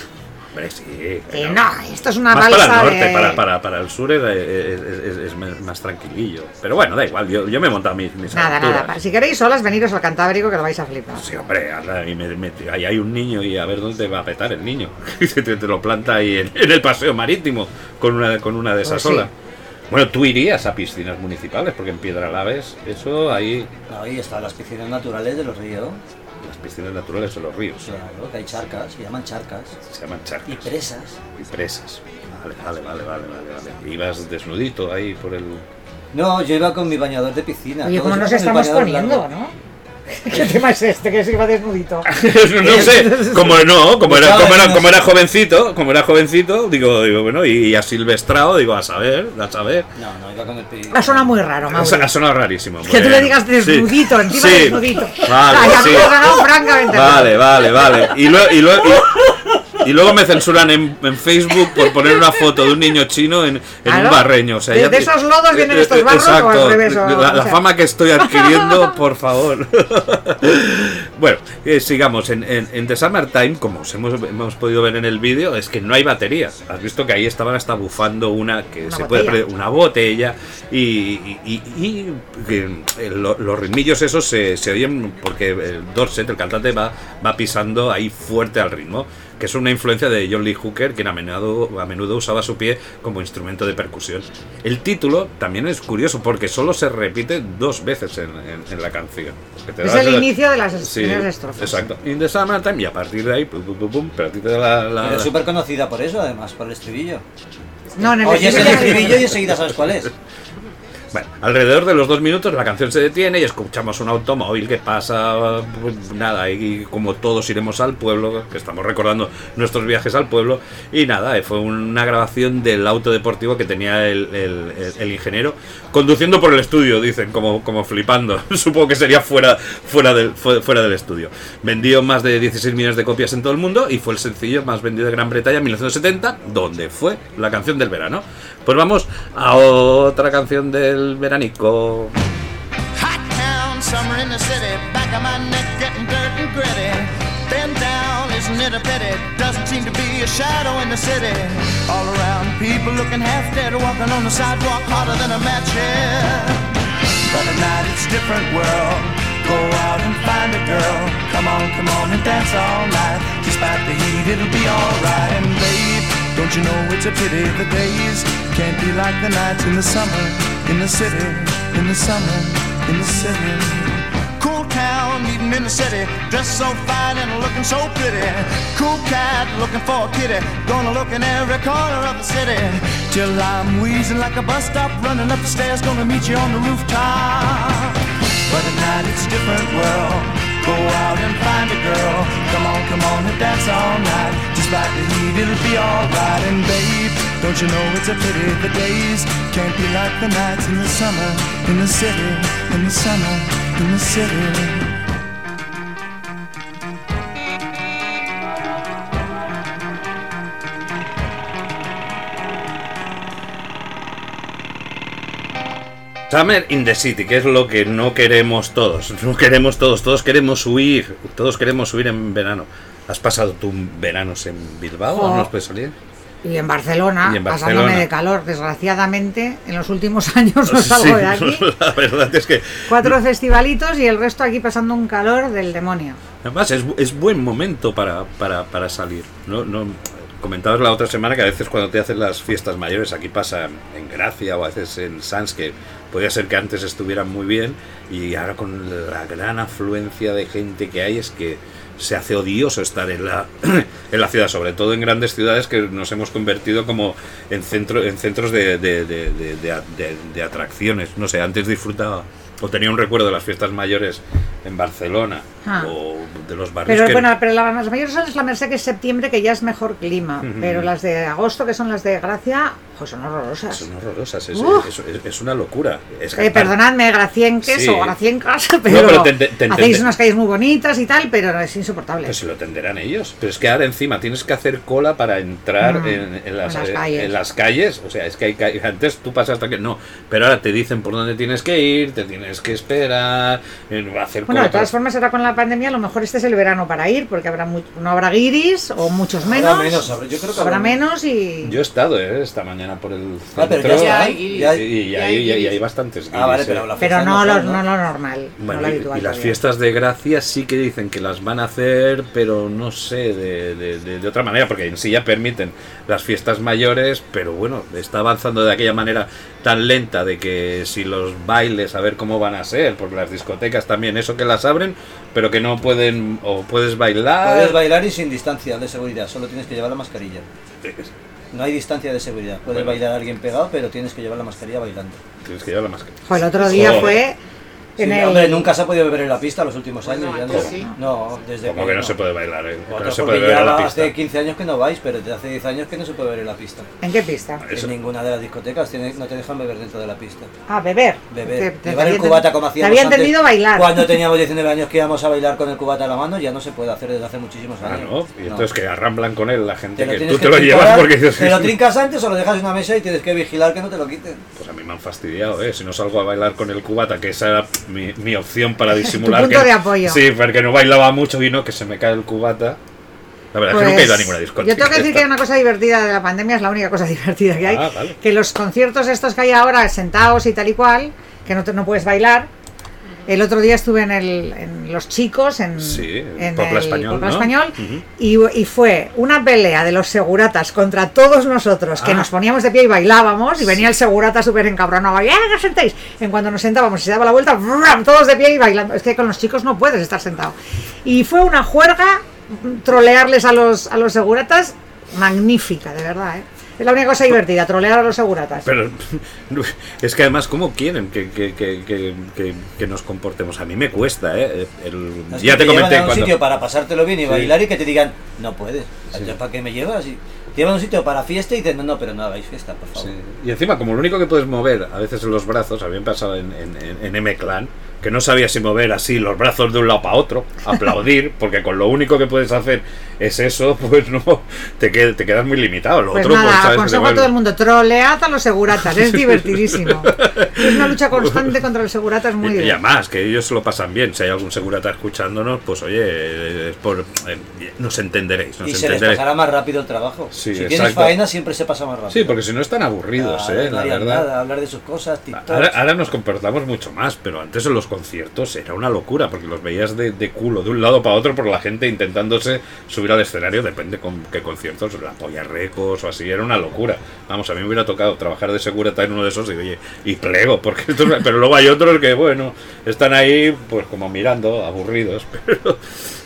Hombre, sí. Que pero- no, esto es una más balsa para el norte, de- para, para, para el sur era- es, es- es- es me- más tranquilillo. Pero bueno, da igual, yo, yo me he montado mis, mis Nada, aventuras. nada. pa- Si queréis solas, veniros al Cantábrico que lo vais a flipar. Sí, hombre, anda, y me- me- ahí hay un niño y a ver dónde te va a petar el niño. [laughs] Y te, te lo planta ahí en, en el paseo marítimo con una, con una de Ah, esas Pues sí. olas. Bueno, tú irías a piscinas municipales porque en Piedralaves, eso ahí, Ahí están las piscinas naturales de los ríos. las piscinas naturales son los ríos. Claro, que hay charcas, se llaman charcas. Se llaman charcas. Y presas. Y presas. Vale, vale, vale, vale, vale, vale. Ibas desnudito ahí por [laughs] el. [laughs] No, yo iba con mi bañador de piscina. Oye, Todos como iban nos con el estamos bañador poniendo, largo. ¿no? [laughs] ¿Qué tema es este? Que se iba desnudito. no sé, como no, como era, como era, como era jovencito, como era jovencito, digo, digo, bueno, y, a silvestrado, digo, a saber, a saber. No, no iba con el pi- Ha sonado muy raro, Ha Mauro. sonado- ha sonado rarísimo. Que tú bueno, le digas sí. desnudito, encima Sí, desnudito. Vale, Ay, a mí sí. Ah, me ha ganado francamente. Vale, vale, vale. Y, lue- y lue- y- y luego me censuran en, en Facebook por poner una foto de un niño chino en, en Claro. un barreño. o sea, De- ya de te- esos lodos vienen estos Eh, eh, barros o al exacto. revés, o- la, la o sea. fama que estoy adquiriendo, por favor. bueno, eh, sigamos. En, en, en The Summertime, como os hemos, hemos podido ver en el vídeo, es que no hay batería. Has visto que ahí estaban hasta bufando una que Una se puede botella. pre- una botella y, y, y- y, que, eh, lo- los ritmillos esos se, se oyen porque el Dorset, el cantante, va, va pisando ahí fuerte al ritmo, que es una influencia de John Lee Hooker, quien a menudo, a menudo usaba su pie como instrumento de percusión. El título también es curioso porque solo se repite dos veces en, en- en la canción. Que te Es das el la- inicio de las Sí, primeras estrofas. Exacto. In the summertime y a partir de ahí, pum, pum, pum, pum, pero a ti te da la- la- Pero es la- súper conocida por eso, además, por el estribillo. No, no, no. Oyes no, el no, estribillo y no. enseguida sabes cuál es. Bueno, alrededor de los dos minutos la canción se detiene y escuchamos un automóvil que pasa, pues, nada, y como todos iremos al pueblo, que estamos recordando nuestros viajes al pueblo, y nada, eh, fue una grabación del auto deportivo que tenía el, el- el- el ingeniero, conduciendo por el estudio, dicen, como, como flipando, [laughs] supongo que sería fuera, fuera, del, fu- fuera del estudio. Vendió más de 16 millones de copias en todo el mundo y fue el sencillo más vendido de Gran Bretaña en 1970, donde fue la canción del verano. Pues vamos a otra canción del veranico. Hot town, summer in the city, back of my neck getting dirt and gritty. Bend down, isn't it a pity? Doesn't seem to be a shadow in the city. All around, people looking half dead, walking on the sidewalk harder than a match here. But at night it's different world. Go out and find a girl. Come on, come on and dance all night. Despite the heat, it'll be alright. And babe, don't you know it's a pity the days can't be like the nights in the summer, in the city, in the summer, in the city. Cool town, meeting in the city, dressed so fine and looking so pretty. Cool cat, looking for a kitty, gonna look in every corner of the city. Till I'm wheezing like a bus stop, running up the stairs, gonna meet you on the rooftop. But at night it's a different world. Go out and find a girl. Come on, come on and dance all night. Despite the heat, it'll be alright. And babe, don't you know it's a pity the days can't be like the nights in the summer, in the city, in the summer, in the city. Summer in the City, que es lo que no queremos todos. No queremos todos, todos queremos huir. Todos queremos huir en verano. ¿Has pasado tú veranos en Bilbao? Jo. ¿Aún no has podido [laughs] salir? Y en Barcelona, Y en Barcelona. pasándome de calor, desgraciadamente, en los últimos [laughs] años no Sí, salgo Pues de aquí. [laughs] La verdad es que Cuatro festivalitos y el resto aquí pasando un calor del demonio. Además, es, es buen momento para, para, para salir. ¿no? No, comentabas la otra semana que a veces cuando te hacen las fiestas mayores, aquí pasa en Gracia o a veces en Sans, que podía ser que antes estuvieran muy bien y ahora con la gran afluencia de gente que hay es que se hace odioso estar en la, [clears throat] en la ciudad, sobre todo en grandes ciudades que nos hemos convertido como en, centro, en centros de, de- de- de- de a- de- de atracciones. No sé, antes disfrutaba o tenía un recuerdo de las fiestas mayores en Barcelona Ah. o o de los barrios Pero que- bueno, pero la- las mayores son las la Merced que es septiembre, que ya es mejor clima. Pero las de agosto, que son las de Gracia, Pues son horrorosas. Son horrorosas, es, Uf. es- es- es una locura. Es Eh, perdonadme, Gracienkes Sí. o Graciencas, [laughs] pero, pero te- te- te hacéis entende- unas calles muy bonitas y tal, pero es insoportable. Pues se lo tenderán ellos. Pero es que ahora encima tienes que hacer cola para entrar Mm, en, en las, en las eh, calles. en las calles. O sea, es que hay ca- antes tú pasas hasta que. No, pero ahora te dicen por dónde tienes que ir, te tienes que esperar, eh, hacer cola. bueno, de para- todas formas, ahora con la pandemia, a lo mejor este es el verano para ir, porque habrá mu- no habrá guiris o muchos menos. Habrá menos, habrá- yo creo que habrá habrá- menos y. Yo he estado eh, esta mañana por el centro. Ah, pero ya está. Ya hay ¿eh? guiris. Ya y, hay- y ya hay, hay y hay- y hay guiris. bastantes Ah, vale, guiris, eh. pero la pero fiesta no, lo, son, no lo normal, Bueno, no lo y, habitual. y las todavía. fiestas de gracia sí que dicen que las van a hacer, pero no sé, de, de- de- de otra manera, porque en sí ya permiten las fiestas mayores, pero bueno, está avanzando de aquella manera tan lenta de que si los bailes, a ver cómo van a ser, porque las discotecas también, eso que las abren, pero que no pueden, o puedes Ah. bailar. Puedes bailar y sin distancia de seguridad, solo tienes que llevar la mascarilla. No hay distancia de seguridad. Puedes Bueno. bailar a alguien pegado, pero tienes que llevar la mascarilla bailando. Tienes que llevar la máscara. Jo, el otro día Joder. fue Sí, en el. Hombre, nunca se ha podido beber en la pista los últimos años. Bueno, ya antes no, sí. no, desde Como que no se puede bailar, eh, que Otro, no se porque puede ver ya a la pista. hace 15 años que no vais, pero desde hace 10 años que no se puede beber en la pista. ¿En qué pista? Eso- En ninguna de las discotecas tiene- no te dejan beber dentro de la pista. Ah, beber. Beber, Te- te llevar había el enten- cubata como Te hacíamos había antes, entendido bailar. Cuando teníamos 19 años que íbamos a bailar con el cubata a la mano, ya no se puede hacer desde hace muchísimos Ah, años. ¿no? Y No. entonces que arramblan con él la gente Te lo que tienes tú que te lo trincar, llevas porque dices Te lo trincas antes o lo dejas en una mesa y tienes que vigilar que no te lo quiten. Pues a mí me han fastidiado, ¿eh? Si no salgo a bailar con el cubata, que esa era mi, mi opción [laughs] para disimular. punto que, de apoyo. Sí, porque no bailaba mucho y no, que se me cae el cubata. La verdad es que nunca he ido a ninguna discoteca. Pues, Yo tengo que decir que hay una cosa divertida de la pandemia, es la única cosa [laughs] divertida que hay. Ah, vale. Que los conciertos estos que hay ahora, sentados y tal y cual, que no, te- no puedes bailar. El otro día estuve en, el, en Los Chicos, en, Sí, en en Popla Español, Popla ¿no? Español, Ujú. y, y fue una pelea de los seguratas contra todos nosotros, que Ah. nos poníamos de pie y bailábamos, y venía el segurata súper encabronado, ¡ya, que os sentéis! En cuando nos sentábamos y se daba la vuelta, ¡bram! todos de pie y bailando. Es que con los chicos no puedes estar sentado. Y fue una juerga mm, trolearles a los, a los seguratas magnífica, de verdad, ¿eh? Es la única cosa divertida, trolear a los seguratas. [laughs] Pero [laughs] es que además, ¿cómo quieren que, que, que, que, que- que nos comportemos? A mí me cuesta, ¿eh? El- Es ya te que llevan comenté a un cuando. sitio para pasártelo bien y Sí. bailar y que te digan, no puedes. Entonces, ¿Para qué me llevas? Y te llevan a un sitio para fiesta y dicen, no, no, pero no hagáis fiesta, por favor. Sí. Y encima, como lo único que puedes mover a veces los brazos, a mí me pasaba en, en, en- en M-Clan, que no sabía si mover así los brazos de un lado para [laughs] otro, aplaudir, porque con lo único que puedes hacer es eso, [laughs] pues no, te, qued- te quedas muy limitado. Lo Pues otro, pues, nada, sabes, aconsejo a Bueno, todo el mundo, trolead a los [laughs] seguratas, es divertidísimo. Es una lucha constante contra los seguratas muy Y, y divertida. además, que ellos se lo pasan bien. Si hay algún segurata escuchándonos, pues oye, es por, eh, nos entenderéis. Nos Y se les entenderéis. pasará más rápido el trabajo. Sí, si tienes exacto. faena, siempre se pasa más rápido. Sí, porque si no están aburridos, Claro, eh, no la harían verdad. nada, hablar de sus cosas, TikTok. Ahora, ahora nos comportamos mucho más, pero antes en los conciertos era una locura, porque los veías de, de culo, de un lado para otro, por la gente intentándose subir al escenario, depende con qué conciertos, la polla recos o así, era una locura. Vamos, a mí me hubiera tocado trabajar de segurata en uno de esos y oye, y plego, porque esto es- pero luego hay otros que, bueno, están ahí pues como mirando, aburridos, [laughs] pero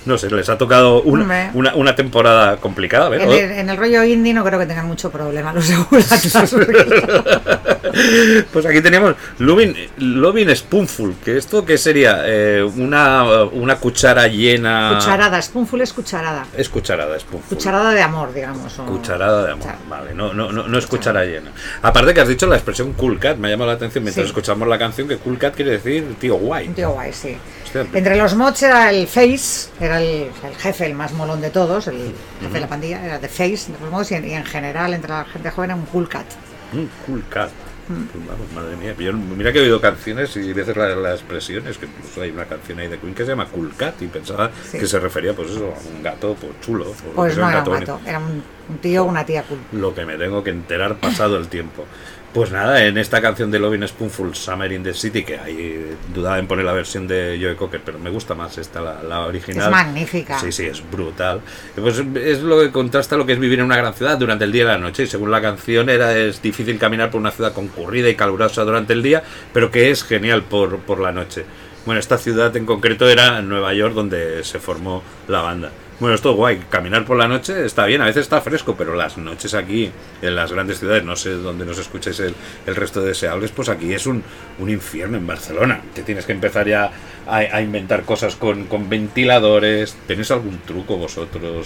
no sé, les ha tocado una, Hombre. una, una temporada complicada, En ¿verdad? el, en el rollo indie no creo que tengan mucho problema los [laughs] seguratas. porque- [laughs] Pues aquí teníamos Loving, loving Spoonful, que esto que sería Eh, una, una cuchara llena... Cucharada, spoonful es cucharada. Es cucharada, Spoonful. Cucharada de amor, digamos. o- Cucharada de amor, Cuchara- vale, no, no, no, no es cuchara llena. Aparte que has dicho la expresión cool cat, me ha llamado la atención mientras Sí. escuchamos la canción que cool cat quiere decir tío guay. Un tío guay, sí. Hostia, Entre los mods era el Face, era el, el jefe, el más molón de todos, el jefe de la pandilla, era The Face, entre los mods, y en, y en general entre la gente joven era un cool cat. mm, cool cat. Mm. Pues Vamos, madre mía, yo- mira que he oído canciones y veces la- las expresiones, que incluso hay una canción ahí de Queen que se llama Cool Cat y pensaba Sí. que se refería pues eso, a un gato pues, chulo. o que Pues sea no era un bonito. gato, era un, un tío o una tía cool. lo que me tengo que enterar pasado el tiempo. Pues nada, en esta canción de Lovin' Spoonful, Summer in the City, que ahí dudaba en poner la versión de Joe Cocker, pero me gusta más esta, la, la original. Es magnífica. Sí, sí, es brutal. Pues es lo que contrasta lo que es vivir en una gran ciudad durante el día y la noche. Y según la canción, era es difícil caminar por una ciudad concurrida y calurosa durante el día, pero que es genial por, por la noche. Bueno, esta ciudad en concreto era Nueva York, donde se formó la banda. Bueno, esto es guay. Caminar por la noche está bien, a veces está fresco, pero las noches aquí, en las grandes ciudades, no sé dónde nos escucháis el, el resto de deseables, pues aquí es un, un infierno en Barcelona. Te tienes que empezar ya a, a inventar cosas con, con ventiladores. ¿Tenéis algún truco vosotros?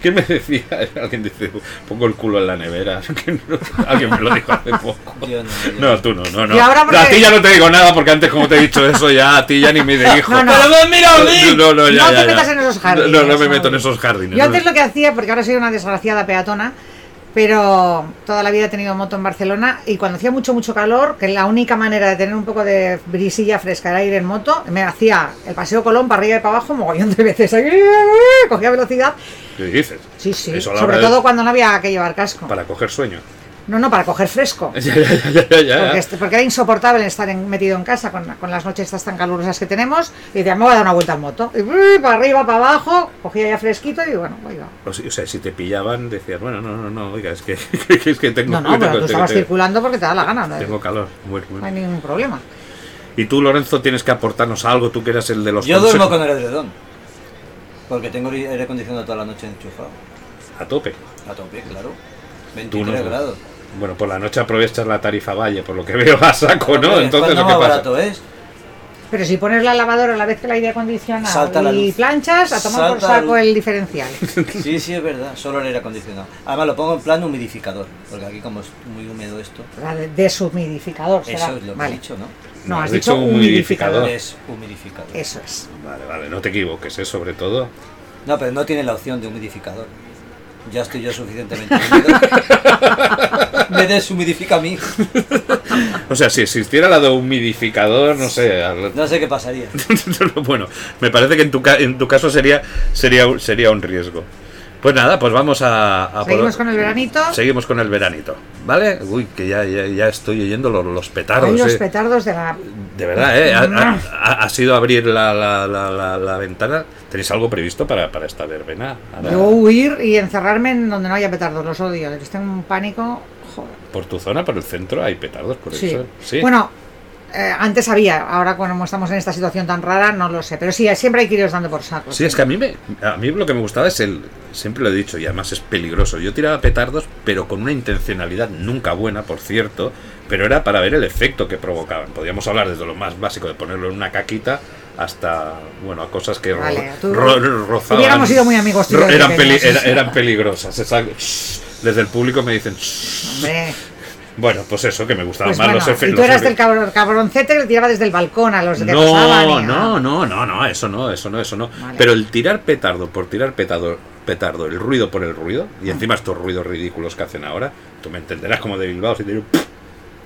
¿Quién me decía? [laughs] Alguien dice, pongo el culo en la nevera. [laughs] Que no- Alguien me lo dijo hace poco. [laughs] Yo no, yo No, tú no, no, no. Y ahora porque- A ti ya no te digo nada porque antes, como te he dicho eso, ya a ti ya ni me dirijo. No, no. ¡Pero me has mirado a mí! No, no, ya, No te ya, ya. metas en esos jardines, No, no me no. meto en esos jardines. Yo antes lo que hacía, porque ahora soy una desgraciada peatona, pero toda la vida he tenido moto en Barcelona y cuando hacía mucho, mucho calor, que la única manera de tener un poco de brisilla fresca era ir en moto, me hacía el paseo Colón para arriba y para abajo, mogollón de veces, cogía velocidad. ¿Qué dices? Sí, sí, Eso a la sobre hora de- todo cuando no había que llevar casco. Para coger [laughs] sueño. No, no, para coger fresco. Ya, ya, ya, ya, ya, ya. Porque, este- porque era insoportable estar en- metido en casa con, con las noches estas tan calurosas que tenemos. Y decía, me voy a dar una vuelta en moto. Y ¡uy! para arriba, para abajo, cogía ya fresquito y bueno, pues oiga. O si- o sea, si te pillaban, decías, bueno, no, no, no, oiga, es que, [laughs] que es que tengo, No, no, tengo- pero tú tengo- estabas tengo- circulando porque te da la gana, no, tengo calor. Bueno, bueno. no hay ningún problema. Y tú, Lorenzo, tienes que aportarnos algo, tú que eras el de los... Yo duermo con consejos. el edredón. Porque tengo el aire acondicionado toda la noche enchufado. A tope. A tope, claro. Tú 23 no. grados. Bueno, por la noche aprovechas la tarifa Valle, por lo que veo a saco, ¿no? Joder, Entonces, ¿lo que ¿cuánto más pasa? pues barato es? Pero si pones la lavadora a la vez que el aire acondicionado Salta la y luz. planchas, a tomar por Salta la saco luz. el diferencial. [laughs] Sí, sí, es verdad. Solo el aire acondicionado. Además lo pongo en plan humidificador. Porque aquí como es muy húmedo esto. La de- Deshumidificador será. Eso es lo que he Vale. dicho, ¿no? No, has dicho humidificador. Es humidificador. Eso es. Vale, vale, no te equivoques, ¿eh? sobre todo. No, pero no tiene la opción de humidificador. Ya estoy yo suficientemente húmedo. [laughs] Me deshumidifica a mí. O sea, si existiera la de humidificador, no sé. al- No sé qué pasaría. [laughs] bueno, me parece que en tu, ca- en tu caso sería, sería, un- sería un riesgo. Pues nada, pues vamos a... a por- Seguimos con el veranito. Seguimos con el veranito, ¿vale? Uy, que ya, ya, ya estoy oyendo los, los petardos. Ahí los eh. petardos de la. De verdad, ¿eh? Ha, ha- ha- ha sido abrir la, la, la, la, la ventana. ¿Tenéis algo previsto para, para esta verbena? Ahora, Yo huir y encerrarme en donde no haya petardos, los odio. Les tengo un pánico. Joder. Por tu zona, por el centro, hay petardos, por Sí. eso. Sí. Bueno, eh, antes había, ahora como estamos en esta situación tan rara, no lo sé. Pero sí, siempre hay que iros dando por saco. Sí, es que a mí, me, a mí lo que me gustaba es el. Siempre lo he dicho y además es peligroso. Yo tiraba petardos, pero con una intencionalidad nunca buena, por cierto, pero era para ver el efecto que provocaban. Podíamos hablar desde lo más básico de ponerlo en una caquita hasta, bueno, a cosas que ro- Vale, tú- ro- ro- rozaban. Hubiéramos sido muy amigos tú y yo Ro- de Eran, peli- pequeños. era- eran peligrosas. exacto. Shh, Desde el público me dicen. "Shh". Hombre. Bueno, pues eso, que me gustaban Pues más bueno, los efe- y tú los eras efe- del cabrón, cabroncete que le tiraba desde el balcón a los Pues que pasaban. no, y ah, a- no, no, no, no, eso no, eso no, eso no. Vale. Pero el tirar petardo por tirar petardo, petardo, el ruido por el ruido, Ah. y encima estos ruidos ridículos que hacen ahora, tú me entenderás como de Bilbao, si te digo,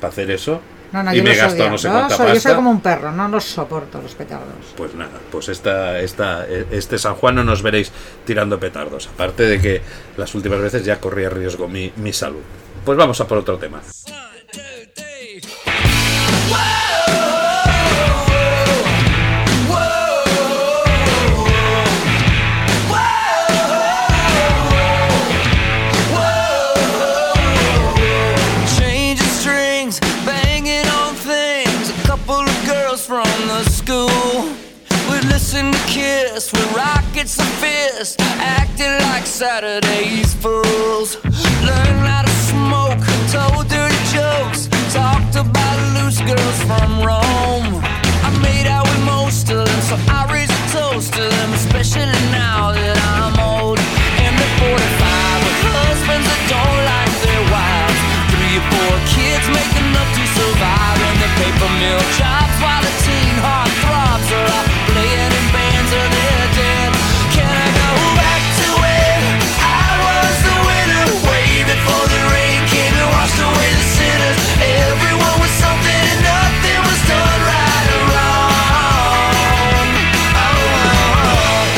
para hacer eso, No, no, y yo me los gasto odio. no sé Yo cuánta soy, yo soy pasta. como un perro, no los soporto los petardos. Pues nada, pues esta, esta, este San Juan no nos veréis tirando petardos, aparte de que las últimas veces ya corría riesgo mi, mi salud. Pues vamos a por otro tema. Changing strings, banging on things. A couple of girls from the school. We'd listen to Kiss with rockets and fists, acting like Saturday's fools. Learned how to smoke, told dirty jokes, talked about loose girls from Rome. I made out with most of them, so I raise a toast to them, especially now that I'm old and the 45 with husbands that don't like their wives. Three or four kids make enough to survive and the paper mill jobs while the teen heart throbs are out playing in bands or they're dead. Can I go back to when I was the winner, waving for the rain came and washed away the sinners? Everyone was something and nothing was done right or wrong. Oh, whoa.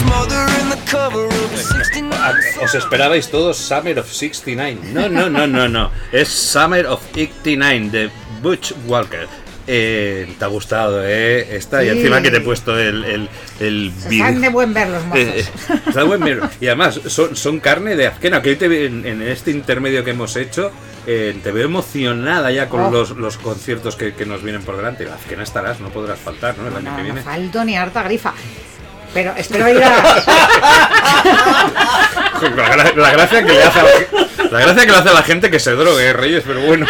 Smothering the cover of a 69 Ah, Os esperabais todos Summer of 69. No, no, no, no, no. Es Summer of 89 de Butch Walker. Eh, te ha gustado, ¿eh? Esta, y Sí. encima que te he puesto el. el, el Están de buen ver los [laughs] mozos. Eh, eh, está buen mero. Y además, son, son carne de azquena, que hoy te, ve- en, en este intermedio que hemos hecho, eh, te veo emocionada ya con Oh. los, los conciertos que, que nos vienen por delante. La azquena estarás, no podrás faltar, ¿no? El año No, que no viene. falto ni harta grifa. Pero espero ir a. [laughs] La, gra- la gracia que le hace a la, ge- la gracia que le hace a la gente que se drogue, eh, Reyes, pero [laughs] bueno.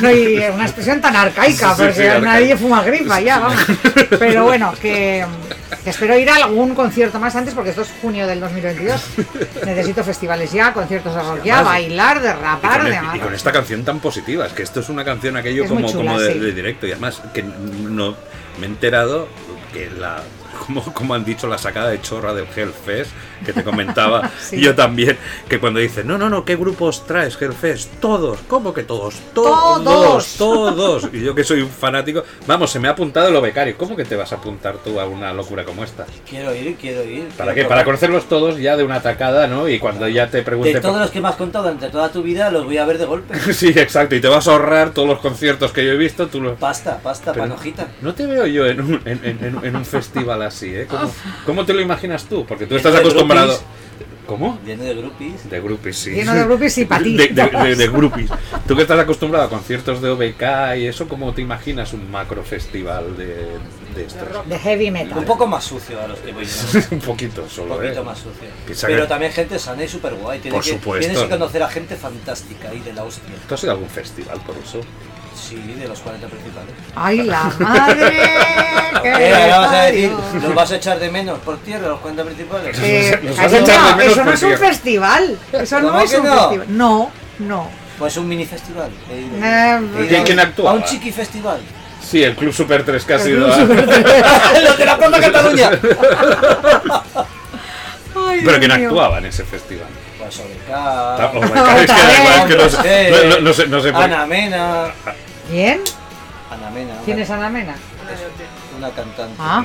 No, y una expresión tan arcaica, Sí, sí, porque sí, arcaica. nadie fuma grifa, ya, vamos. Pero bueno, que, que espero ir a algún concierto más antes, porque esto es junio del 2022. Necesito festivales ya, conciertos de rock ya, bailar, Y derrapar, con, el- demás. y con esta canción tan positiva, es que esto es una canción aquello Es muy como, chula, como de, sí. de directo. Y además, que no me he enterado que la. Como, como han dicho la sacada de chorra del Hellfest, que te comentaba [laughs] Sí. yo también, que cuando dicen, no, no, no, ¿qué grupos traes Hellfest? Todos, ¿cómo que todos? Todos. Todos, todos. Y yo que soy un fanático, vamos, se me ha apuntado lo becario. ¿Cómo que te vas a apuntar tú a una locura como esta? Quiero ir, quiero ir. ¿Para qué? quiero Para probar. conocerlos todos ya de una atacada, ¿no? Y cuando ya te pregunten... De por- todos los que me has contado durante toda tu vida, los voy a ver de [laughs] golpe. Sí, exacto, y te vas a ahorrar todos los conciertos que yo he visto, tú los... Pasta, pasta, Pero- panojita. No te veo yo en un, en, en- en- en un festival así, ¿eh? ¿Cómo, cómo te lo imaginas tú? Porque tú estás de acostumbrado... ¿Cómo? Lleno de groupies. De groupies, sí. Lleno de [laughs] groupies y pa' ti. De, de- de- de groupies. Tú que estás acostumbrado a conciertos de OBK y eso, ¿cómo te imaginas un macro festival de, de estos? De heavy metal. Un poco más sucio a los que voy yo. [laughs] un poquito solo, Un ¿eh? poquito más sucio. Piensa Pero que- también gente sana y súper guay. Por supuesto. Tienes que conocer a gente fantástica y de la hostia. ¿Tú has ido a algún festival por eso? Sí, de los 40 principales. ¡Ay, la madre! [laughs] que Eh, le ahora vas a decir, parió. ¿los vas a echar de menos por tierra los 40 principales? Eh, Nos ay, has echado no, de menos eso no es un concierto. festival. Eso no ¿Cómo es que un no? festival. No, no. Pues un mini festival. He ido. Eh, He ido ¿Quién- a- quién actúa? A un chiqui festival. [laughs] Sí, el Club Super 3 que ha El sido... Club Super ¡Los de la Plaza Cataluña! Pues Ay, [laughs] Pero Dios ¿quién mío. actuaba en ese festival? Pues OBK, Ah, oh my God, es que da igual, es que no sé- Hombre, no- no- no sé- no sé por qué. Ana Mena. ¿Quién? Ana Mena. una- ¿Quién es Ana Mena? Una cantante. Ah,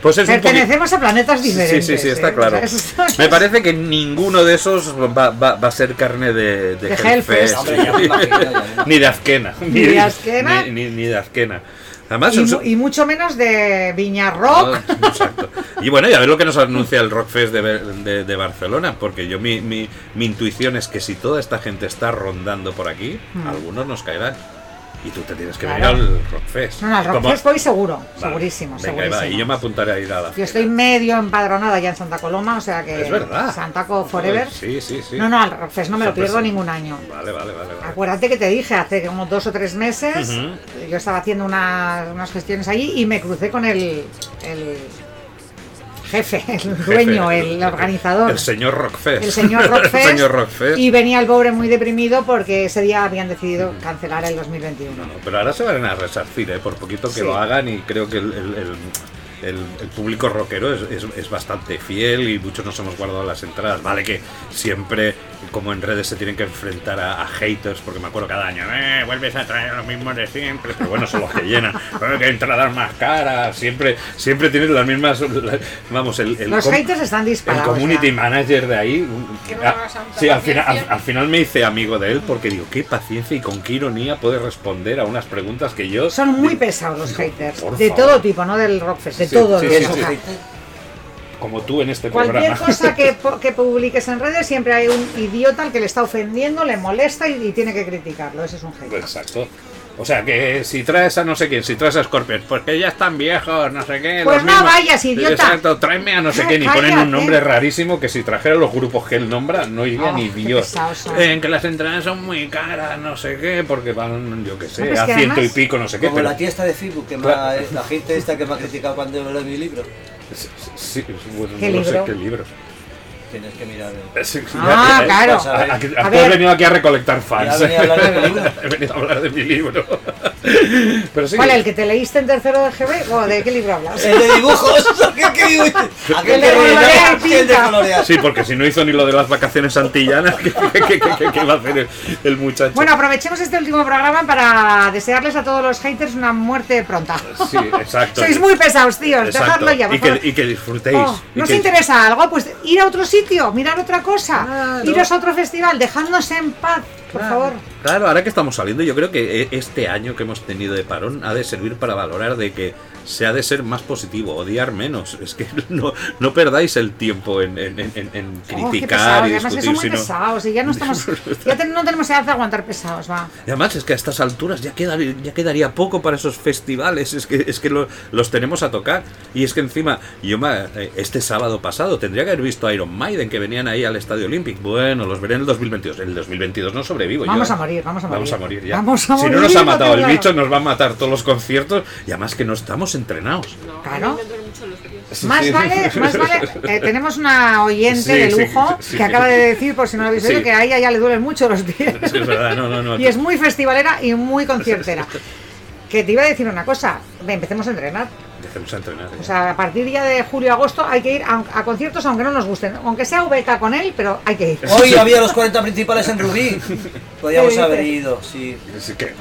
Pues es un poquito... pertenecemos a planetas Sí, diferentes. sí, sí, está ¿eh? claro. O sea, [laughs] eso es- Me parece que ninguno de esos va, va- va a ser carne de, de De Hellfest. Hellfest. Hombre, ya me imagino, ya me imagino. [laughs] ni de azquena. Ni de azquena. Ni, ni- ni de azquena. Además, y, son- mu- y mucho menos de Viña Rock. Ah, exacto. Y bueno, y a ver lo que nos anuncia el Rockfest de, Ber- de- de Barcelona, porque yo mi, mi- mi intuición es que si toda esta gente está rondando por aquí, algunos nos caerán. Y tú te tienes que Hmm. Claro. venir al Rockfest. No, no, al Como- Rockfest voy seguro, Vale, segurísimo, venga, ahí va, segurísimo. y yo me apuntaré a ir a la Yo feria. estoy medio empadronada ya en Santa Coloma, o sea que Es verdad. Santa Co Forever. Sí, sí, sí. No, no, al Rockfest no me lo Sorpresa. pierdo ningún año. Vale, vale, vale. vale. Acuérdate que te dije hace como dos o tres meses, Ujú. yo estaba haciendo unas, unas gestiones allí y me crucé con el, el jefe, el dueño, Jefe, el organizador. El señor Rockfest. [laughs] el señor Rockfest. el señor Rockfest. Y venía el pobre muy deprimido porque ese día habían decidido cancelar el 2021. No, no, pero ahora se van a resarcir, ¿eh? por poquito que Sí. lo hagan y creo que el, el- el- el- el público rockero es, es- es bastante fiel y muchos nos hemos guardado las entradas. Vale que siempre, como en redes, se tienen que enfrentar a, a haters, porque me acuerdo cada año, "Eh, vuelves a traer los mismos de siempre, pero bueno, son los que llenan, [laughs] "Eh, que entradas más caras, siempre, siempre tienen las mismas... la- vamos, el, el Los com- haters están el disparados. community ya. manager de ahí. un- Que no ah, hagas tanta sí, al final, al, paciencia. al final me hice amigo de él porque digo, qué paciencia y con qué ironía puede responder a unas preguntas que yo. Son muy di- pesados los haters. Por de favor. todo tipo, no del Rockfest, de Sí, todo. sí, ¿no? sí, O sí, sea, sí. Como tú en este Cualquier programa. cosa que, po- que publiques en redes, siempre hay un idiota al que le está ofendiendo, le molesta y, y tiene que criticarlo. Ese es un [laughs] hater. Exacto. O sea, que si traes a no sé quién, si traes a Scorpion, pues que ya están viejos, no sé qué. Pues los no vayas, idiota. Exacto, tráeme a no sé No, quién. Y ponen cállate. un nombre rarísimo que si trajeran los grupos que él nombra, no iría Oh, ni qué Dios. pesados son. En que las entradas son muy caras, no sé qué, porque van, yo qué sé, pero es a pues que ciento además- y pico, no sé qué. Como pero- la tía esta de Facebook, que me ha- la gente esta que me ha criticado cuando leo mi libro. Sí, sí, bueno, ¿Qué no lo sé libro? qué libro. Tienes que mirar. eh. Sí, sí, Ah, ya- claro. A- a- a- A tú has ver. venido aquí a recolectar fans. Ya venía a hablar de mi libro. He venido a hablar de mi [laughs] libro. [laughs] Pero sí, ¿Cuál? ¿El que te leíste en tercero de GB? ¿O de qué libro hablas? El de dibujos, [laughs] ¿qué, qué [laughs] digo? Aquel de de colorear colorear, aquel de pinta. colorear. sí, porque si no hizo ni lo de las vacaciones antillanas, [laughs] ¿qué, qué- qué- qué- qué va a hacer el, el muchacho? Bueno, aprovechemos este último programa para desearles a todos los haters una muerte pronta. sí, exacto. [laughs] Sois muy pesados, tíos. Exacto. Dejadlo ya, por y que, favor. y que disfrutéis. Oh, y ¿No os que- interesa algo? Pues ir a otro sitio, mirar otra cosa, iros a otro festival, dejadnos en paz, por favor. Claro, ahora que estamos saliendo, yo creo que eh, este año que hemos tenido de parón ha de servir para valorar de que se ha de ser más positivo, odiar menos. [laughs] Es que no, no perdáis el tiempo en, en- en- en- en Oh, qué criticar pesados, y además que discutir, son muy sino... pesados y ya [laughs] no estamos, ya ten- no tenemos edad de aguantar pesados, va. Y además es que a estas alturas ya, queda- ya quedaría poco para esos festivales, es que, es que lo- los tenemos a tocar. Y es que encima, yo me- eh, este sábado pasado tendría que haber visto a Iron Maiden que venían ahí al Estadio Olympic. Bueno, los veré en el 2022. En el 2022 no sobrevivo. yo, Vamos eh. a morir, vamos a morir. Vamos a morir ya. Vamos a si no morir, nos ha lo matado el tengo bicho, claro. nos va a matar todos los conciertos. Y además que no estamos entrenados. No, Claro. claro. me duelen mucho los pies. [laughs] Más vale, más vale. eh, tenemos una oyente Sí, de sí, lujo sí. que acaba de decir, por si no lo habéis oído, Sí. que a ella ya le duelen mucho los pies. [laughs] Es que es verdad, no, no, no. Y es muy festivalera y [laughs] muy conciertera. Que te iba a decir una cosa, ve, empecemos a entrenar. Empecemos a entrenar. ¿eh? O sea, a partir ya de julio-agosto hay que ir a, a conciertos aunque no nos gusten. Aunque sea VK con él, pero hay que ir. [laughs] Hoy había los 40 principales en Rubí. Podríamos ¿Qué haber dices? ido, sí. Es que-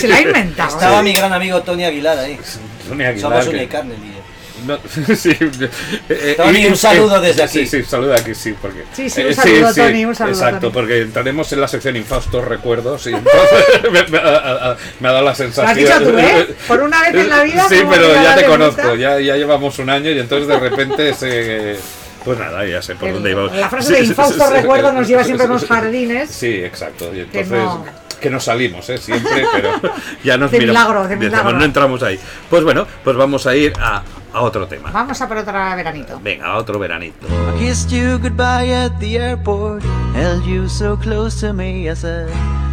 Se la ha inventado. ¿eh? Estaba mi gran amigo Tony Aguilar ahí. Tony Ah, Aguilar, Somos que- una y carne, líder. No, [laughs] sí, eh, Tony, eh, un saludo eh, desde sí, aquí. Sí, saluda aquí, sí, porque. eh, Sí, sí, un saludo, Tony, un saludo, Exacto, Tony. porque entraremos en la sección Infaustos Recuerdos y entonces [laughs] me, me- a- a- me ha dado la Lo sensación. has dicho tú, ¿eh? Por una vez en la vida. Sí, como pero que la ya te pregunta- conozco, ya, ya llevamos un año y entonces de [laughs] repente se. Pues nada, ya sé por El- dónde íbamos. La frase Sí, de sí, infausto sí, sí. recuerdo [laughs] nos lleva siempre a unos jardines. Sí, exacto. Y Que entonces, no. que no salimos, ¿eh? Siempre, pero ya nos [laughs] De miramos, milagro, de decimos, milagro. No entramos ahí. Pues bueno, pues vamos a ir a, a otro tema. Vamos a por otra veranito. Venga, a otro veranito. [laughs] I kissed you goodbye at the airport, held you so close to me, I said.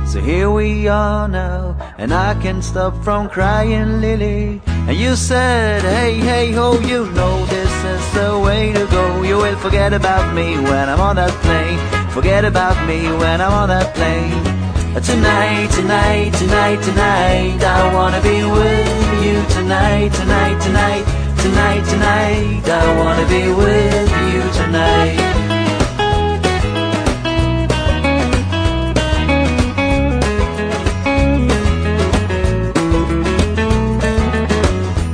So here we are now, and I can't stop from crying, Lily. And you said, hey, hey, ho, you know this is the way to go. You will forget about me when I'm on that plane. Forget about me when I'm on that plane. Tonight, tonight, tonight, tonight, I wanna be with you tonight, tonight, tonight. Tonight, tonight, I wanna be with you tonight.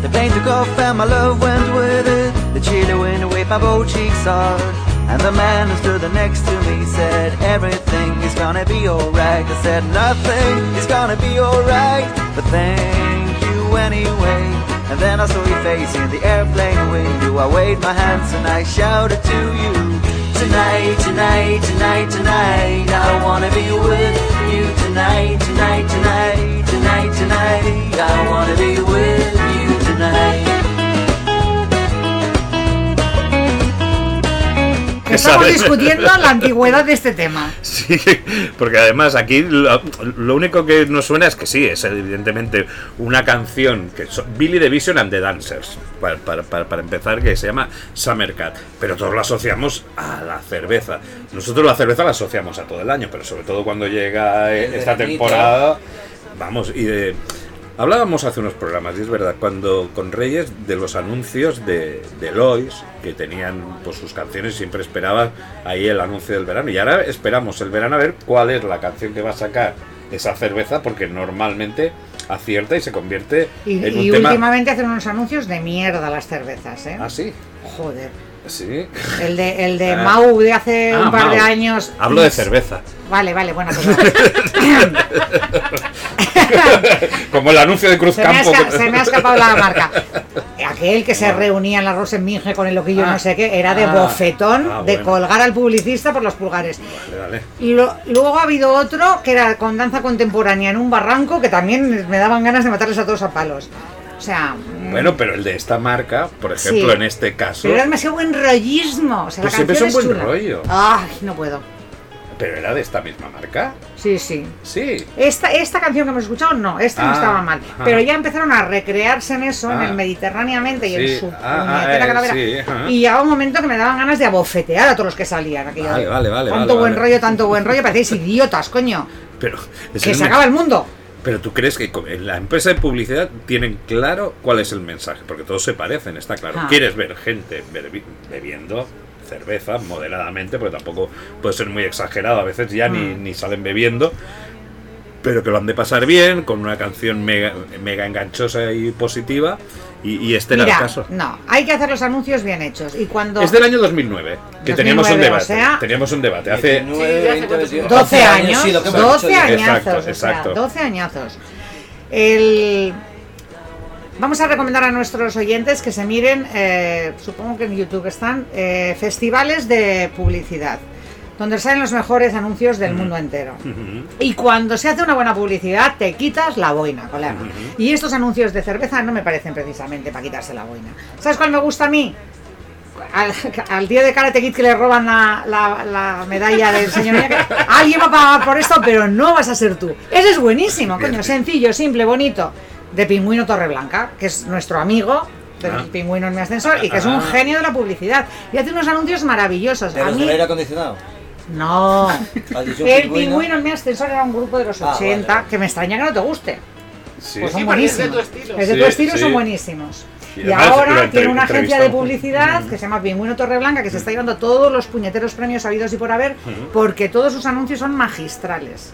The plane took off and my love went with it. The chilly wind whipped my both cheeks hard. And the man who stood next to me said, Everything is gonna be alright. I said, Nothing is gonna be alright. But thank you anyway. And then I saw your face in the airplane window. I waved my hands and I shouted to you. Tonight, tonight, tonight, tonight, I wanna be with you. Tonight, tonight, tonight, tonight, tonight, I wanna be with you tonight. Que estamos ¿Sabes? discutiendo la antigüedad de este tema. Sí, porque además aquí lo, lo único que nos suena es que sí, es evidentemente una canción que so- Billy the Vision and the Dancers, para, para- para- para empezar, que se llama Summer Cat, pero todos lo asociamos a la cerveza. Nosotros la cerveza la asociamos a todo el año, pero sobre todo cuando llega eh, El esta veranito. temporada, vamos, y de... Hablábamos hace unos programas, y es verdad, cuando con Reyes de los anuncios de, de Lois, que tenían pues, sus canciones, siempre esperaba ahí el anuncio del verano. Y ahora esperamos el verano a ver cuál es la canción que va a sacar esa cerveza, porque normalmente acierta y se convierte Y, en y un tema. últimamente hacen unos anuncios de mierda las cervezas, ¿eh? Ah, sí, Joder. sí. El de, el de Ah. Mau de hace Ah, un par de Mau. años. [laughs] Hablo de cerveza. Vale, vale, bueno, pues vale. [laughs] Como el anuncio de Cruz se, me ha Campo. esca- que- se me ha escapado la marca. Aquel que se reunía en la Rosenminge con el loquillo Ah. no sé qué, era de Ah. bofetón, Ah, de bueno. colgar al publicista por los pulgares. Vale, [laughs] vale. Lo- luego ha habido otro que era con danza contemporánea en un barranco que también me daban ganas de matarles a todos a palos. O sea, mm, Bueno, pero el de esta marca, por ejemplo, Sí. en este caso. pero era demasiado buen rollismo. O sea, Pues la siempre canción es un es buen chula. rollo. Ay, no puedo. Pero era de esta misma marca. Sí, sí. Sí. Esta, esta canción que hemos escuchado, no, esta no Ah, estaba mal. ajá. Pero ya empezaron a recrearse en eso, en Ah. el Mediterráneamente y Sí, en su ah, ah, puñetera eh, calavera. sí, ajá. Y llegaba un momento que me daban ganas de abofetear a todos los que salían. aquello Vale, de, vale, vale, Tanto vale, buen vale. rollo, tanto buen rollo, parecéis idiotas, coño. Pero, es Que el se me- acaba el mundo. pero tú crees que co- en la empresa de publicidad tienen claro cuál es el mensaje, porque todos se parecen, está claro. Ah. Quieres ver gente berbi- bebiendo cerveza Ah. moderadamente, porque tampoco puede ser muy exagerado, a veces ya ni, ni salen bebiendo. pero que lo han de pasar bien, con una canción mega, mega enganchosa y positiva. Y, y este era Mira, el caso. no, hay que hacer los anuncios bien hechos. Y cuando. Es del año 2009, que teníamos un 2009, debate. o sea- teníamos un debate. Hace, 19, 20, 21. 12 años, sí, lo que hemos 12 dicho ya. añazos, Exacto, o sea, exacto. 12 añazos. El... Vamos a recomendar a nuestros oyentes que se miren, eh, supongo que en YouTube están, eh, festivales de publicidad, donde salen los mejores anuncios del mundo entero. Y cuando se hace una buena publicidad, te quitas la boina, colega. Y estos anuncios de cerveza no me parecen precisamente para quitarse la boina. ¿Sabes cuál me gusta a mí? Al, al tío de Karate Kid que le roban la, la- la medalla del [laughs] señor Miyagi, alguien va a pagar por esto, pero no vas a ser tú. Ese es buenísimo, coño, sencillo, simple, bonito. De Pingüino Torreblanca, que es nuestro amigo del Ah. Pingüino en mi ascensor y que es un Ah. genio de la publicidad. Y hace unos anuncios maravillosos. De A los mí, del aire acondicionado. no. Has dicho El pingüino. pingüino en mi ascensor era un grupo de los Ah, vale, 80, vale. que me extraña que no te guste. sí. Pues son Sí, porque es de buenísimos. tu estilo. Es de tu Sí, estilo, son sí. buenísimos. Y Y, además lo Mm. ahora tiene entrev- una agencia de entrevistamos. publicidad que se llama Pingüino Torreblanca, que se está llevando todos los puñeteros premios habidos y por haber, porque todos sus anuncios son magistrales.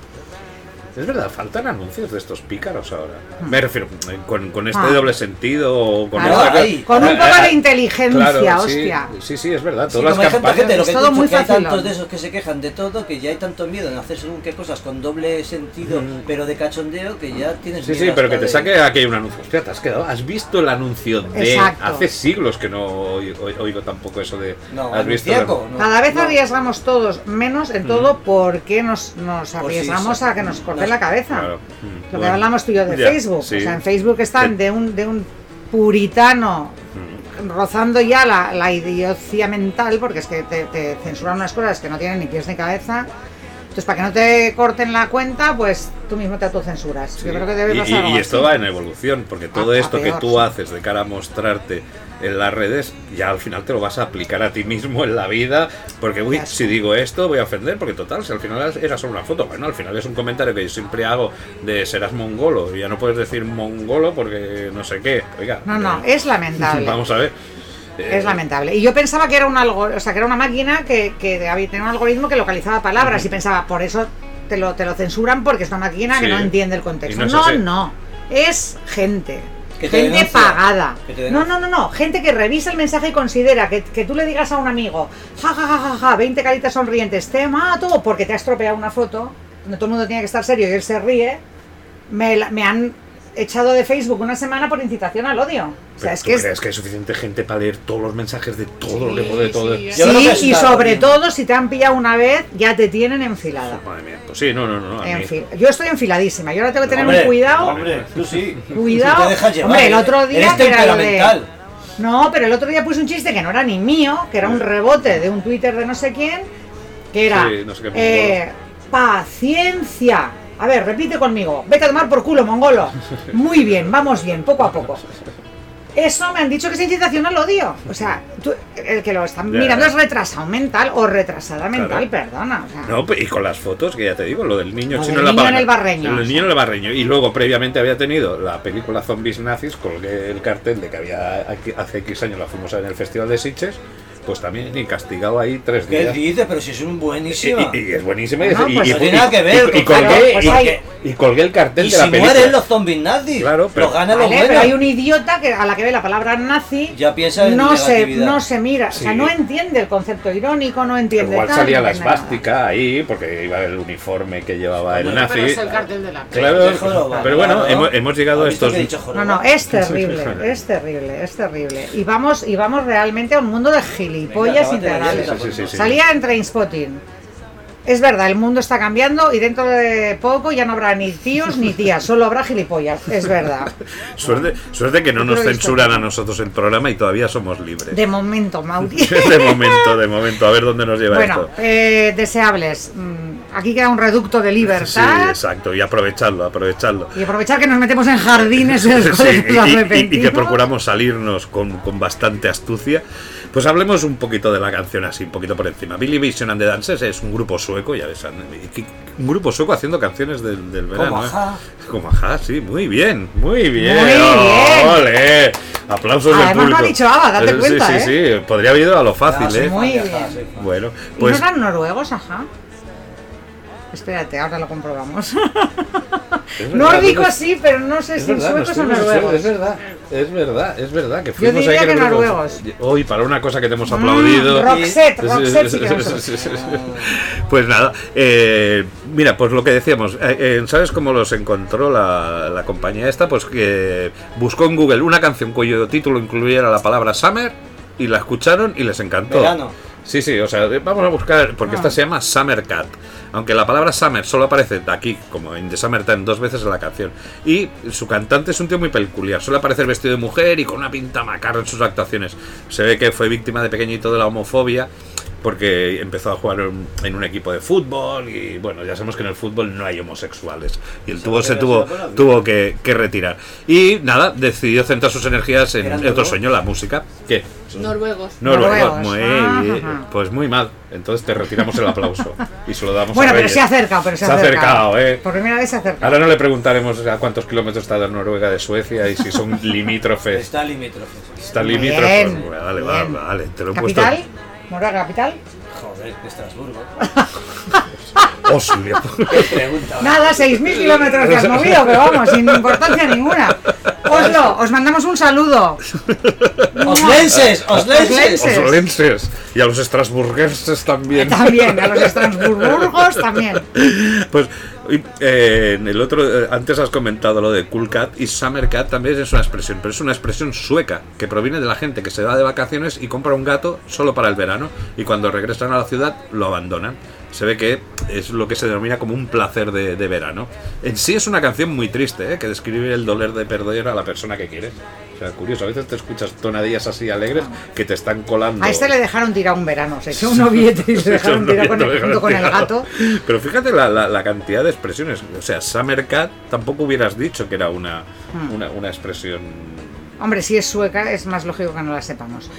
Es verdad, faltan anuncios de estos pícaros ahora. Me refiero, eh, con, con este Ah. doble sentido o con Claro, otra cosa. ahí. Con un Ah, poco ah, de inteligencia, claro, sí, hostia. Sí, sí, es verdad. Sí, Todas como hay las tanta campañas. gente, lo Es que he todo dicho, muy que hay facilón. tantos de esos que se quejan de todo, que ya hay tanto miedo en hacer según qué cosas con doble sentido, Mm. pero de cachondeo, que ya tienes Sí, miedo sí, pero hasta que te de- saque aquí un anuncio. Hostia, te has quedado. ¿Has visto el anuncio de.? Exacto. Hace siglos que no oí- oí- oigo tampoco eso de. No, ¿Has visto? el anunciaco, no, Cada vez no. arriesgamos todos menos en todo porque nos, nos arriesgamos sí, a que nos corten la cabeza. Claro. Mm, Ah, Lo que bueno. hablamos tú y yo de Ya, Facebook. sí. O sea, en Facebook Sí. están de un, de un puritano Mm. rozando ya la, la idiocía mental, porque es que te, te censuran unas cosas que no tienen ni pies ni cabeza. Entonces, para que no te corten la cuenta, pues tú mismo te autocensuras. Sí. Yo creo que debe Y- pasar y, algo y así. esto va en evolución, porque todo A- a esto que peor, tú sí. haces de cara a mostrarte en las redes, ya al final te lo vas a aplicar a ti mismo en la vida, porque uy, Ya está. si digo esto voy a ofender, porque total, si al final era solo una foto, bueno, al final es un comentario que yo siempre hago de serás mongolo, y ya no puedes decir mongolo porque no sé qué, oiga, No, no, eh, es lamentable. [laughs] vamos a ver. Eh, Es lamentable. Y yo pensaba que era un algo, o sea, que era una máquina que, que había- tenía un algoritmo que localizaba palabras y pensaba, por eso te lo, te lo censuran porque es una máquina que Sí. no entiende el Y no contexto. es No, así. no. Es gente. Que te Gente denuncia. pagada. Que te denuncia. No, no, no, no. Gente que revisa el mensaje y considera que, que tú le digas a un amigo, ja, ja, ja, ja, ja, 20 caritas sonrientes, te mato porque te has estropeado una foto, no todo el mundo tiene que estar serio y él se ríe, me, la- me han echado de Facebook una semana por incitación al odio. O sea, ¿pero es tú que es, crees que hay suficiente gente para leer todos los mensajes de todo lo que Sí, puede todo? sí, Yo creo que sí, y está sobre bien. todo si te han pillado una vez, ya te tienen enfilada. Madre mía, pues sí, no, no, no. a En mí- fin, yo estoy enfiladísima. Yo ahora tengo que tener Hombre, un cuidado. Hombre, tú sí. Si Cuidado. te dejas llevar, Hombre, el otro día eres que era lo de- temperamental. No, pero el otro día puse un chiste que no era ni mío, que era un rebote de un Twitter de no sé quién, que era Sí, no sé qué eh, paciencia. A ver, repite conmigo. Vete a tomar por culo, mongolo. Muy bien, vamos bien, poco a poco. Eso me han dicho que es incitación al odio. O sea, tú- el que lo está Ya. mirando es retrasado mental o retrasada mental, perdona. o sea. No, pe- y con las fotos, que ya te digo, lo del niño Lo chino del la niño en pavana. el barreño. Lo del niño en el barreño. Y luego, previamente, había tenido la película Zombies Nazis, colgué el cartel de que había aquí- hace X años la fuimos a ver en el Festival de Sitges, pues también y castigado ahí tres ¿Qué días. dices? Pero si es un Y, buenísima. y- y es buenísima. y- No, y, pues y- no y- tiene nada que ver, y- y claro, colgué, pues y- ahí. y colgué el cartel Y de la si película. mueren los zombies nazis, Claro, pero- los ganan los Vale, Ah, ¿eh? pero buenos. hay un idiota que a la que ve la palabra nazi Ya piensa en no se negatividad. no se mira, o sea, Sí. no entiende el concepto irónico, no entiende Igual tal, salía no la entiende nada. esvástica ahí, porque iba el uniforme que llevaba el Pero nazi. es el cartel de la Claro, Te joroba, pero bueno, claro. hemos, hemos llegado a ¿Has visto estos. que he dicho joroba? No, no, es terrible, es terrible, es terrible. Y vamos y vamos realmente a un mundo de gilipollas Venga, integrales. Sí, acábatela sí, sí, sí. Salía en Trainspotting. Es verdad, el mundo está cambiando y dentro de poco ya no habrá ni tíos ni tías, [laughs] solo habrá gilipollas, es verdad. Suerte, suerte que no Yo nos creo que esto- censuran a nosotros el programa y todavía somos libres. De momento, Mauri. [laughs] de momento, de momento, a ver dónde nos lleva Bueno, esto. eh, deseables. Mm, Aquí queda un reducto de Sí, libertad. exacto, y aprovecharlo, aprovecharlo. Y aprovechar que nos metemos en jardines de [laughs] [laughs] los Sí, y, y- y- colegios y que repentinos. procuramos salirnos con, con bastante astucia. Pues hablemos un poquito de la canción así, un poquito por encima. Billy Vision and the Dancers es un grupo sueco, ya ves, un grupo sueco haciendo canciones del, del verano. ¿eh? ajá. Como ajá, sí, muy bien, muy bien. Muy bien. ¡Ole! Aplausos del Además, lo ha público. dicho Ava, date Eh, sí, cuenta, Sí, sí, podría haber ido a lo Ya, fácil, soy ¿eh? pues, muy fan, ya bien. está, soy fan. Bueno, ¿Y pues no eran noruegos, ajá? Espérate, ahora lo comprobamos. [laughs] Es verdad, Nórdico es- sí, pero no sé Es si verdad, suecos o nos fuimos- noruegos. Es verdad, es verdad, es verdad. Que fuimos diría ahí que nos fuimos- noruegos. Hoy, para una cosa que te hemos Mm, aplaudido. Roxette, Sí, Roxette sí, sí que sí, nos- sí, sí, sí. [laughs] Pues nada, eh, mira, pues lo que decíamos, eh, eh, ¿sabes cómo los encontró la, la compañía esta? Pues que buscó en Google una canción cuyo título incluyera la palabra Summer y la escucharon y les encantó. Verano. Sí, sí, o sea, de- vamos a buscar, porque esta se llama Summer Cat. Aunque la palabra Summer solo aparece aquí, como en The Summertime, dos veces en la canción. Y su cantante es un tío muy peculiar. Suele aparecer vestido de mujer y con una pinta macarra en sus actuaciones. Se ve que fue víctima de pequeñito de la homofobia porque empezó a jugar en, en un equipo de fútbol y bueno, ya sabemos que en el fútbol no hay homosexuales. Y el tubo se que tuvo, se lo conoce. tuvo que, que retirar. Y nada, decidió centrar sus energías en Eran otro noruegos. sueño, la música. ¿Qué? Noruegos. Noruegos, Noruegos. muy Ah, Ajá. bien. Pues muy mal. Entonces te retiramos el aplauso y se lo damos Bueno, a pero Reyes. se ha acercado, pero se, Se ha acercado, ¿eh? Por primera vez se ha acercado. Ahora no le preguntaremos a cuántos kilómetros está de Noruega de Suecia y si son limítrofes. Está limítrofes. Está Bien, limítrofes. Bueno, Vale, va, bien. vale, te lo he puesto. ¿Capital? ¿Noruega capital? Joder, de Estrasburgo. [laughs] Oslo. ¿Qué pregunta? [laughs] Nada, 6.000 kilómetros que has movido, pero vamos, sin importancia ninguna. [laughs] Oslo, os mandamos un saludo. ¡Os lenses! ¡Os lenses! lenses. Oslenses. Y a los estrasburgueses también. [laughs] También, a los Estrasburgos también. Pues y, eh, en el otro, eh, antes has comentado lo de Cool Cat y Summer Cat también es una expresión, pero es una expresión sueca que proviene de la gente que se va de vacaciones y compra un gato solo para el verano y cuando regresan a la ciudad lo abandonan. Se ve que es lo que se denomina como un placer de, de verano. En sí es una canción muy triste, ¿eh? que describe el dolor de perder a la persona que quieres. O sea, curioso, a veces te escuchas tonadillas así alegres que te están colando. A este le dejaron tirar un verano, [laughs] se echó un noviete y se Eso dejaron no, tirar yo [laughs] con no el, me junto con el garantizo. gato. Pero fíjate la, la- la cantidad de expresiones. O sea, Summer Cat tampoco hubieras dicho que era una, Hmm. una, una expresión. Hombre, si es sueca, es más lógico que no [laughs] la sepamos.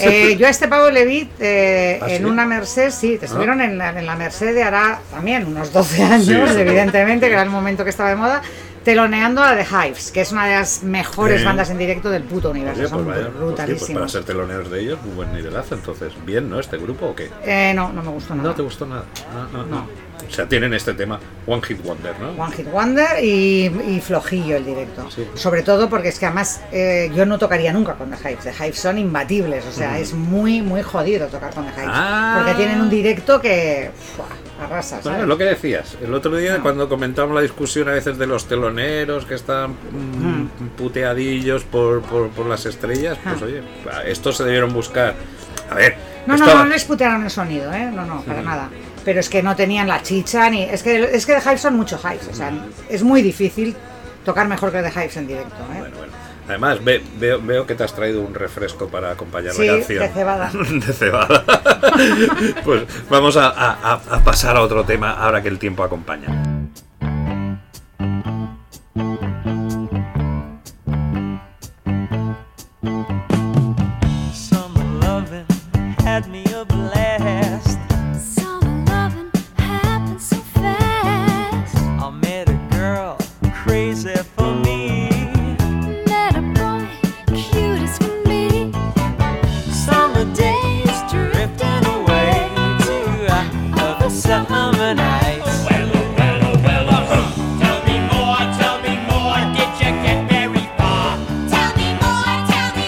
Eh, yo a este pavo le vi eh, ¿Ah, en sí? Ah. una Merced, sí, te estuvieron en, la, en la Merced de hará también unos 12 años, Sí, eso. evidentemente, que era el momento que estaba de moda, teloneando a The Hives, que es una de las mejores Sí. bandas en directo del puto universo. Oye, pues Son vaya, pues sí, pues para brutalísimos. ser teloneros de ellos, muy buen nivelazo. Entonces, bien, ¿no? Este grupo o qué? Eh, no, no me gustó nada. No te gustó nada. No, no, No. O sea, tienen este tema, One Hit Wonder, ¿no? One Hit Wonder y, y flojillo el directo. Sí. Sobre todo porque es que además eh, yo no tocaría nunca con The Hives. The Hives son imbatibles, o sea, es muy, muy jodido tocar con The Hives. Ah. Porque tienen un directo que ¡fua! arrasa, Bueno, ¿sabes? lo que decías, el otro día No. cuando comentábamos la discusión a veces de los teloneros que están mm, puteadillos por, por- por las estrellas, pues Ah. oye, estos se debieron buscar. A ver, No, no, estaba- no les putearon el sonido, ¿eh? No, no, para nada. Pero es que no tenían la chicha ni. Es que, es que The Hives son muchos Hives, o sea, es muy difícil tocar mejor que The Hives en directo, ¿eh? Bueno, bueno. Además, ve- veo, veo que te has traído un refresco para acompañar Sí, la canción. de cebada. [laughs] De cebada. pues vamos a, a- a- a pasar a otro tema ahora que el tiempo acompaña. Summer loving had me a blast. Summer loving happens so fast. I met a girl crazy for me. Met a boy, cute as can be. Summer days drifting away to other summer nights. Tell me more, tell me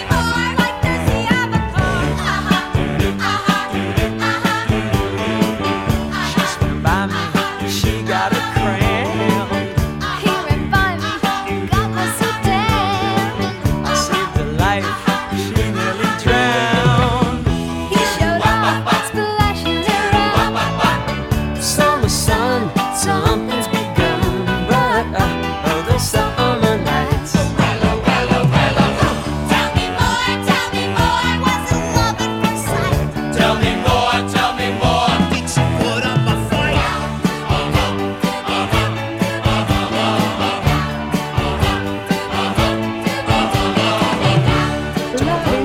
more. Like does he have a car? Uh-huh, uh-huh, uh-huh. She swam by me, she got a cramp. He ran by me, got me so damn. I saved her life, she nearly drowned. He showed up, splashing around. Summer sun, something's begun, but uh, other summer nights. Tell me more, tell me more. Was it love at first sight?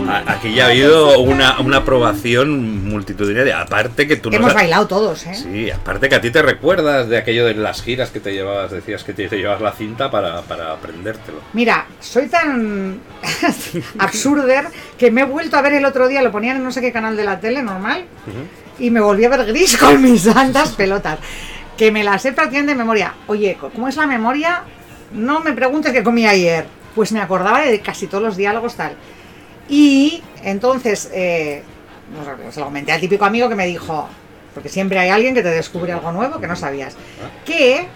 A- Aquí ya ha habido una, una aprobación multitudinaria. Aparte que tú nos Hemos has- bailado todos, ¿eh? Sí, aparte que a ti te recuerdas de aquello de las giras que te llevabas, decías que te, te llevabas la cinta para, para aprendértelo. Mira, soy tan [laughs] absurder que me he vuelto a ver el otro día, lo ponían [laughs] en no sé qué canal de la tele normal, y me volví a ver gris con mis santas pelotas. que me la sé prácticamente de memoria. Oye, co- ¿cómo es la memoria? No me preguntes qué comí ayer. Pues me acordaba de casi todos los diálogos tal. Y entonces eh, no sé, se lo comenté al típico amigo que me dijo, porque siempre hay alguien que te descubre algo nuevo que no sabías, que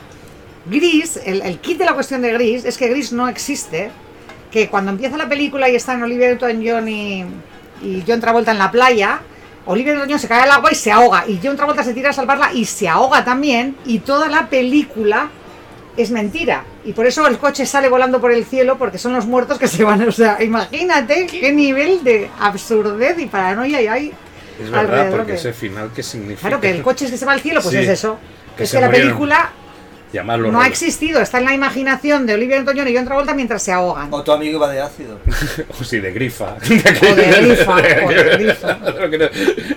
Gris, el, el kit de la cuestión de Gris es que Gris no existe, que cuando empieza la película y están Olivia Newton-John y, y John Travolta en la playa, Olivia Newton-John se cae al agua y se ahoga, y John Travolta se tira a salvarla y se ahoga también, y toda la película es mentira. Y por eso el coche sale volando por el cielo, porque son los muertos que se van. O sea, imagínate qué nivel de absurdez y paranoia hay ahí. Es verdad, alrededor porque de- ese final, ¿qué significa? Claro, que [laughs] el coche es que se va al cielo, pues Sí, es eso. que es se que la murieron. película Llamarlo no ha rollo. existido, está en la imaginación de Olivia Newton-John y John Travolta mientras se ahogan. O tu amigo iba de ácido. [laughs] O sí, de grifa. O de [laughs] grifa, o de grifa. De lo, que no,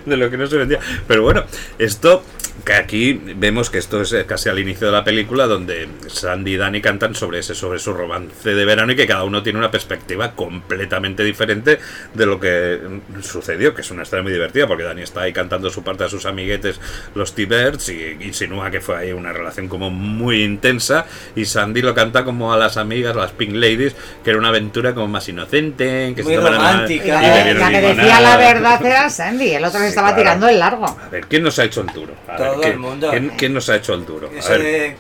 de lo que no se vendía. Pero bueno, esto, que aquí vemos que esto es casi al inicio de la película, donde Sandy y Dani cantan sobre ese, sobre su romance de verano y que cada uno tiene una perspectiva completamente diferente de lo que mm, sucedió, que es una historia muy divertida, porque Dani está ahí cantando su parte a sus amiguetes, los T-Birds, y insinúa que fue ahí una relación como muy intensa, y Sandy lo canta como a las amigas, a las Pink Ladies, que era una aventura como más inocente, que Muy se tomaran una- romántica. y La, le que- bebieron ¿eh? la que limonada. decía la verdad era Sandy, el otro se Sí, estaba claro. tirando el largo. A ver, ¿quién nos ha hecho el duro? A Todo ver, ¿quién, el mundo. ¿quién, quién nos ha hecho el duro? A Eso ver, de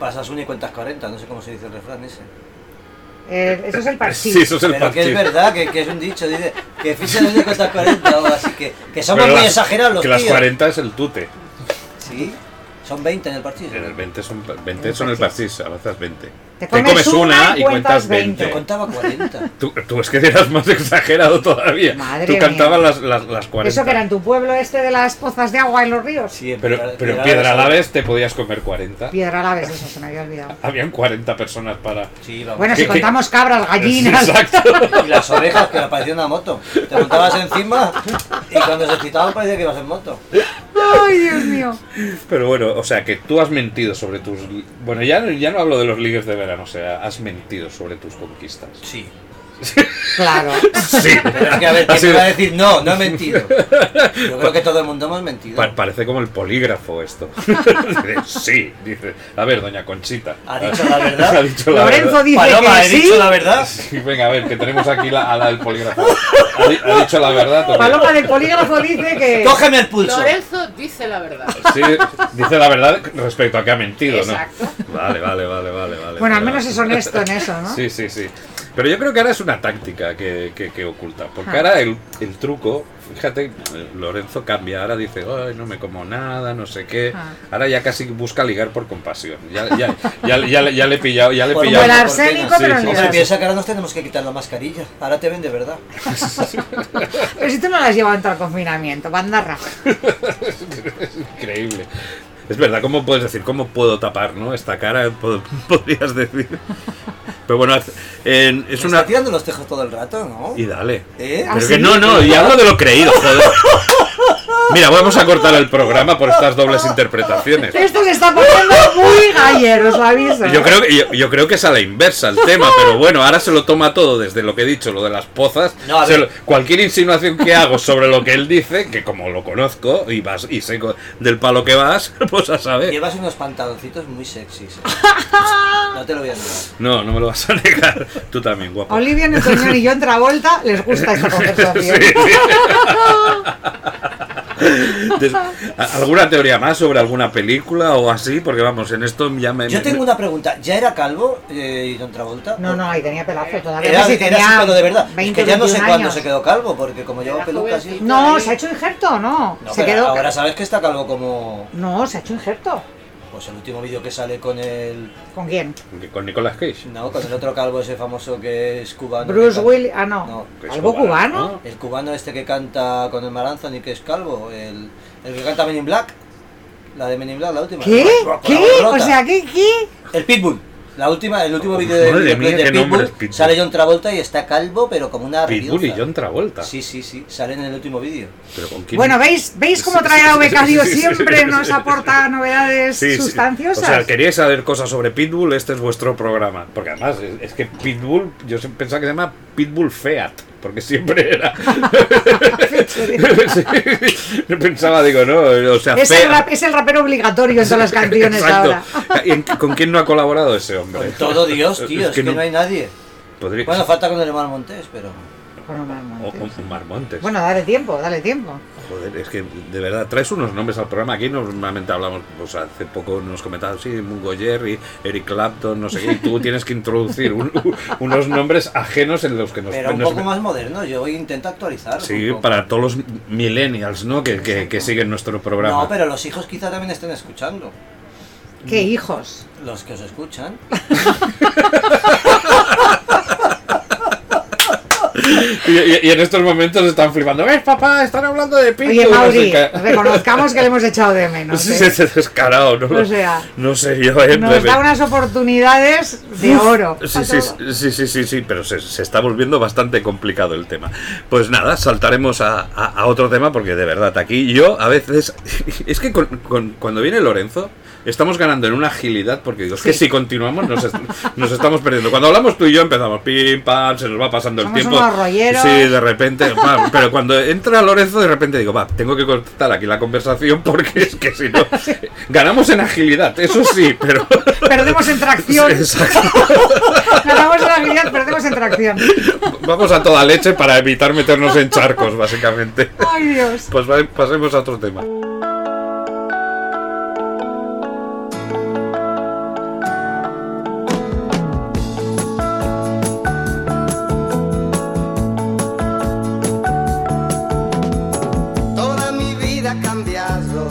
pasas una y cuentas 40, no sé cómo se dice el refrán ese. Eh, eso es [laughs] el sí, partido. eso es el Pero que es partido. verdad, que, que es un dicho, dice, que fichas una y cuentas 40, o así que, que somos Pero muy las- exagerados los Que tíos. las 40 es el tute. Sí, son 20 en el partido. En el 20 son, 20 son el parchís, avanzas 20. Te comes una y cuentas 20. Yo contaba 40. Tú, tú es que eras más [laughs] exagerado todavía. Madre tú mía. cantabas las, las, las 40. Eso que era en tu pueblo este de las pozas de agua en los ríos. Sí, en Pero, Piedra- pero en Piedra- Piedra la vez te podías comer 40. Piedra a la vez, eso se me había olvidado. Habían 40 personas para... Sí, vamos. Bueno, ¿Qué- si qué? contamos cabras, [laughs] gallinas. Exacto. Y las orejas que parecía una moto. Te montabas encima y cuando se excitaban parecía que ibas en moto. Ay, Dios mío. Pero bueno, o sea, que tú has mentido sobre tus... Bueno, ya, ya no hablo de los ligues de verano, o sea, has mentido sobre tus conquistas. [laughs] Sí. Claro. Sí. Pero es que a ver, Ha ¿quién sido- me va a decir? No, [laughs] no he mentido. Yo creo que todo el mundo hemos mentido. Pa- parece como el polígrafo esto. [laughs] Dice, sí, dice. A ver, doña Conchita. Ha dicho la verdad. [laughs] Ha dicho la Lorenzo verdad. dice Paloma, que he sí. dicho la verdad. Sí, venga, a ver, que tenemos aquí la, a la del polígrafo. Ha, di- ha dicho la verdad. Toño? Paloma del polígrafo dice que. Cógeme el pulso. Lorenzo dice la verdad. Sí, dice la verdad respecto a que ha mentido, Exacto. ¿no? Vale, vale, vale, vale, vale. Bueno, al vale. menos es honesto en eso, ¿no? Sí, sí, sí. Pero yo creo que ahora es una táctica que, que- que oculta. Porque ahora el, el truco, fíjate, Lorenzo cambia. Ahora dice, Ay, no me como nada, no sé qué. Ah. Ahora ya casi busca ligar por compasión. Ya, ya, ya, ya, le- ya le he pillado, ya le he Por Como el pillado. buena- arsénico, Sí, pero sí, en Hombre, libras. piensa que ahora nos tenemos que quitar la mascarilla. Ahora te ven de verdad. Pero si tú no las llevas dentro al confinamiento, bandarra. Increíble. Es verdad, ¿cómo puedes decir? ¿Cómo puedo tapar, no? Esta cara, pod- [laughs] podrías decir. Pero bueno, en- es ¿Me una... está tirando los tejos todo el rato, ¿no? Y dale. ¿Eh? Pero ¿Ah, que sí? no, no, y hablo de lo creído, joder. Mira, vamos a cortar el programa por estas [laughs] dobles interpretaciones. Esto se está poniendo muy gallero, os lo aviso. Yo creo, que, yo, yo creo que es a la inversa el [laughs] tema, pero bueno, ahora se lo toma todo desde lo que he dicho, lo de las pozas. No, a Se ver. lo- cualquier insinuación que hago sobre lo que él dice, que como lo conozco y vas y sé co- del palo que vas, [laughs] pues a Eh. saber. Llevas unos pantaloncitos [laughs] muy sexys. ¿eh? No te lo voy a negar. No, no me lo vas a negar. Tú también, guapo. Olivia Newton-John y John Travolta les gusta [laughs] esta conversación. Sí, sí. Des- ¿a- ¿Alguna teoría más sobre alguna película o así? Porque vamos, en esto ya me... Yo me- tengo una pregunta. ¿Ya era calvo eh, y Don Travolta? No, no, ahí tenía pelazo todavía. Era, no sé si era tenía su pelo de verdad. Es 20, que ya no sé 21 cuándo años. se quedó calvo, porque como lleva Era pelucas y... jovencito. No, se ha hecho injerto, no. No, se pero quedó. ahora sabes que está calvo como... No, se ha hecho injerto. Pues el último vídeo que sale con el... ¿Con quién? Con Nicolas Cage. No, con el otro calvo ese famoso que es cubano. Bruce que can- Willis. Ah, no. No, que es ¿Algo cubano, cubano? El cubano este que canta con el Maranzón y que es calvo. El, el que canta Men in Black. La de Men in Black, la última. ¿Qué? Con la ¿Qué? barrota. O sea, ¿qué? ¿Qué? El Pitbull. La última, el último vídeo de, Oh, Madre videoclip mía, qué de nombre es Pitbull, Pitbull. sale John Travolta y está calvo, pero como una Pitbull y ridiza. John Travolta. Sí, sí, sí, sale en el último vídeo. Pero con quién- Bueno, ¿veis, ¿veis cómo traer a Becario siempre nos aporta novedades Sí, sí. sustanciosas? O sea, queríais saber cosas sobre Pitbull, este es vuestro programa. Porque además, es, es que Pitbull, yo siempre pensaba que se llama Pitbull Feat. porque siempre [laughs] era. [laughs] Sí, Pensaba, digo, no, o sea, Es el, fea. rap- es el rapero obligatorio en todas las [laughs] canciones Exacto. ahora. ¿En- ¿Con quién no ha colaborado ese hombre? Con [laughs] todo Dios, tío, es, que, no... hay nadie. Podría- Bueno, falta con el hermano Montés, pero. Bueno, Mar o Montes. con Marmontes. Bueno, dale tiempo, dale tiempo. Joder, es que de verdad traes unos nombres al programa. Aquí normalmente hablamos, o sea, hace poco nos comentaban, sí, Mungo Jerry, Eric Clapton, no sé qué. Y [laughs] tú tienes que introducir un- unos nombres ajenos en los que nos. Pero un nos- poco más moderno, yo voy a intentar actualizar. Sí, para todos los millennials, ¿no? Que, que- que siguen nuestro programa. No, pero los hijos quizá también estén escuchando. ¿Qué Mm. hijos? Los que os escuchan. y, y- y en estos momentos están flipando. ¿Ves, papá? Están hablando de Pinto. Oye, no sé Mauri, qué". [laughs] reconozcamos que le hemos echado de No menos. sé ¿eh? si es descarado, ¿no? O sea, no sé yo, ¿eh? Nos Pero- da unas oportunidades de oro. Sí, sí, sí, sí, sí, sí, pero se, se está volviendo bastante complicado el tema. Pues nada, saltaremos a, a- a otro tema porque de verdad aquí yo a veces... [laughs] Es que con- con- cuando viene Lorenzo estamos ganando en una agilidad porque digo, es que Sí. si continuamos nos, est- nos estamos perdiendo. Cuando hablamos tú y yo empezamos pim, pam, se nos va pasando Somos el tiempo. unos rolleros. Sí, de repente... pam, pero cuando entra Lorenzo de repente digo, va, tengo que cortar aquí la conversación porque es que si [laughs] no... Ganamos en agilidad, eso sí, pero... Perdemos en tracción. [laughs] Exacto. Ganamos en agilidad, perdemos en tracción. Vamos a toda leche para evitar meternos en charcos, básicamente. Ay, Dios. Pues va- pasemos a otro tema. Toda mi vida ha cambiado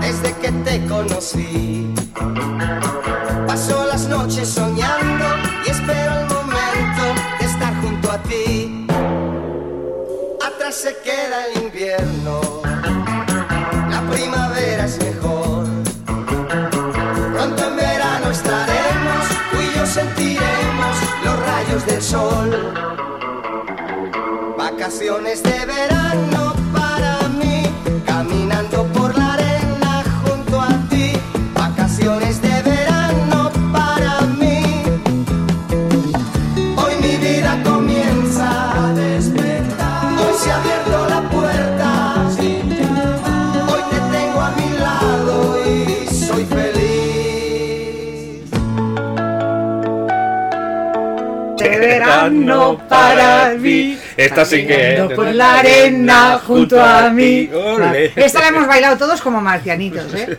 desde que te conocí. Paso las noches soñando y espero el momento de estar junto a ti. Atrás se queda el invierno, la primavera es mejor. Pronto en verano estaremos, tú y yo sentiremos los rayos del sol. Vacaciones de verano para mí, caminando por la arena junto a ti. Vacaciones de verano para mí. Hoy mi vida comienza a despertar. Hoy se ha abierto la puerta. Hoy te tengo a mi lado y soy feliz. De verano para mí. Esta sí que es. Caminando por la arena junto a mí. Ole. Esta la hemos bailado todos como marcianitos, ¿eh?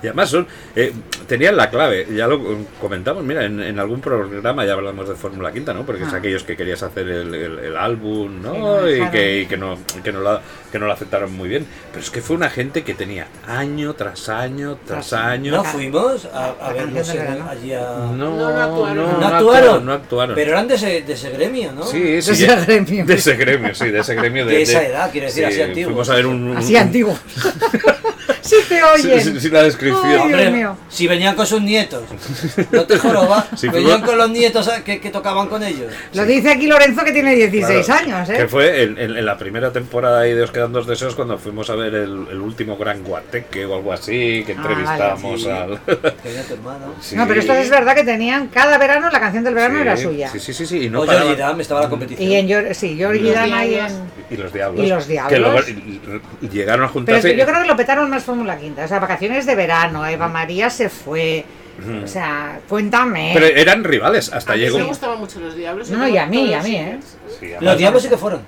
Y además son, eh, tenían la clave, ya lo comentamos, mira, en, en algún programa ya hablamos de Fórmula Quinta, ¿no? Porque es Ah. aquellos que querías hacer el, el- el álbum, ¿no? Sí, no lo y dejaron. que, y que no, que, no la, que no la aceptaron muy bien. Pero es que fue una gente que tenía año tras año, tras Tras- año. No fuimos a, a La verlos canción del en- verano. allí a. no, actuaron. No no actuaron, No actuaron. Pero eran de ese, de ese gremio, ¿no? Sí, sí. ese ya- gremio. De ese gremio, sí, de ese gremio. De, De esa edad, quiero decir, sí, así antiguos. Fuimos a ver un. un- [laughs] Así antiguos. Sí te oyen. Sí, sí, sí, la descripción. Ay, Dios Hombre, mío. si venían con sus nietos, no [laughs] te jorobas, Sí, venían fuimos- con los nietos ¿sabes? que, que tocaban con ellos. Lo dice aquí Lorenzo que tiene 16 Claro, años, Que ¿eh? fue en, en- en la primera temporada ahí de Os quedan dos deseos cuando fuimos a ver el, el último Gran Guateque o algo así, que Ah, entrevistamos vale, al... Que venía tu hermano. [laughs] Sí. No, pero esto es verdad que tenían cada verano la canción del verano Sí, era suya. Sí, sí, sí, sí, y no Mm. No, paraban. Jordi Dan, estaba la competición. Y en Yor- sí, Georgie Dan ahí en. Y los diablos. Y los diablos. Que lo- y- y llegaron a Pero es juntarse... que yo creo que lo petaron más Fórmula Quinta. O sea, vacaciones de verano, Mm. Eva María se fue. O sea, cuéntame. Pero eran rivales, hasta A mí llegó... me gustaban mucho los diablos. No, no, y a mí, y a mí, ¿eh? Sí, Los además- diablos sí que fueron.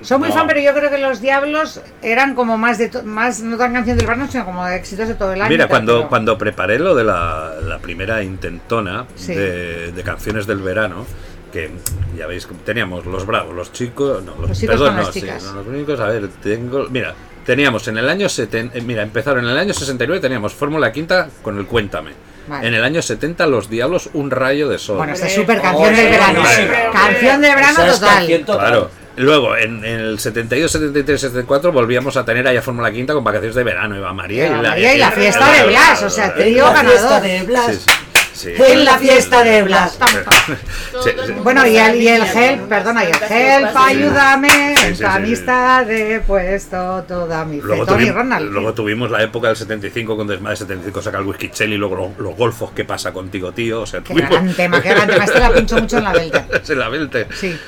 Soy muy No. fan, pero yo creo que los diablos eran como más de to- más, no tan canción del verano, sino como de éxitos de todo el año. y Mira, tal, cuando, pero- cuando preparé lo de la, la primera intentona Sí. de, de canciones del verano, que ya veis, que teníamos los bravos, los chicos, no, los, Los chicos perdón, con las no, sí, chicas. no, los únicos, a ver, tengo, mira, teníamos en el año 70, eh, mira, empezaron en el año 69, teníamos Fórmula Quinta con el Cuéntame. Vale. En el año 70, Los Diablos, Un Rayo de Sol. Bueno, esta es Hombre, súper canción del hombre, verano. hombre, hombre. Canción de verano Esa es total. canción total. Claro. Luego, en, en el 72, 73, 74, volvíamos a tener allá Fórmula Quinta con vacaciones de verano, Eva María y Eva la, María y la fiesta de Blas, o sea, te digo La ganador. fiesta de Blas. Sí, sí, sí. En la fiesta de Blas. pam, pam. Sí, sí. Bueno, y el, y el help, perdona, y el help, ayúdame. Sí, sí, En sí, tu sí. amistad he puesto toda mi fe. Luego, Tony tuvim- Ronald. luego tuvimos la época del 75 con Desmadre 75 saca el whisky Chelly, luego lo- los, golfos, ¿qué pasa contigo, tío? O sea, [laughs] Qué tuvimos- gran tema, qué gran tema. Este la pincho mucho en la belga. Se la velte. Sí.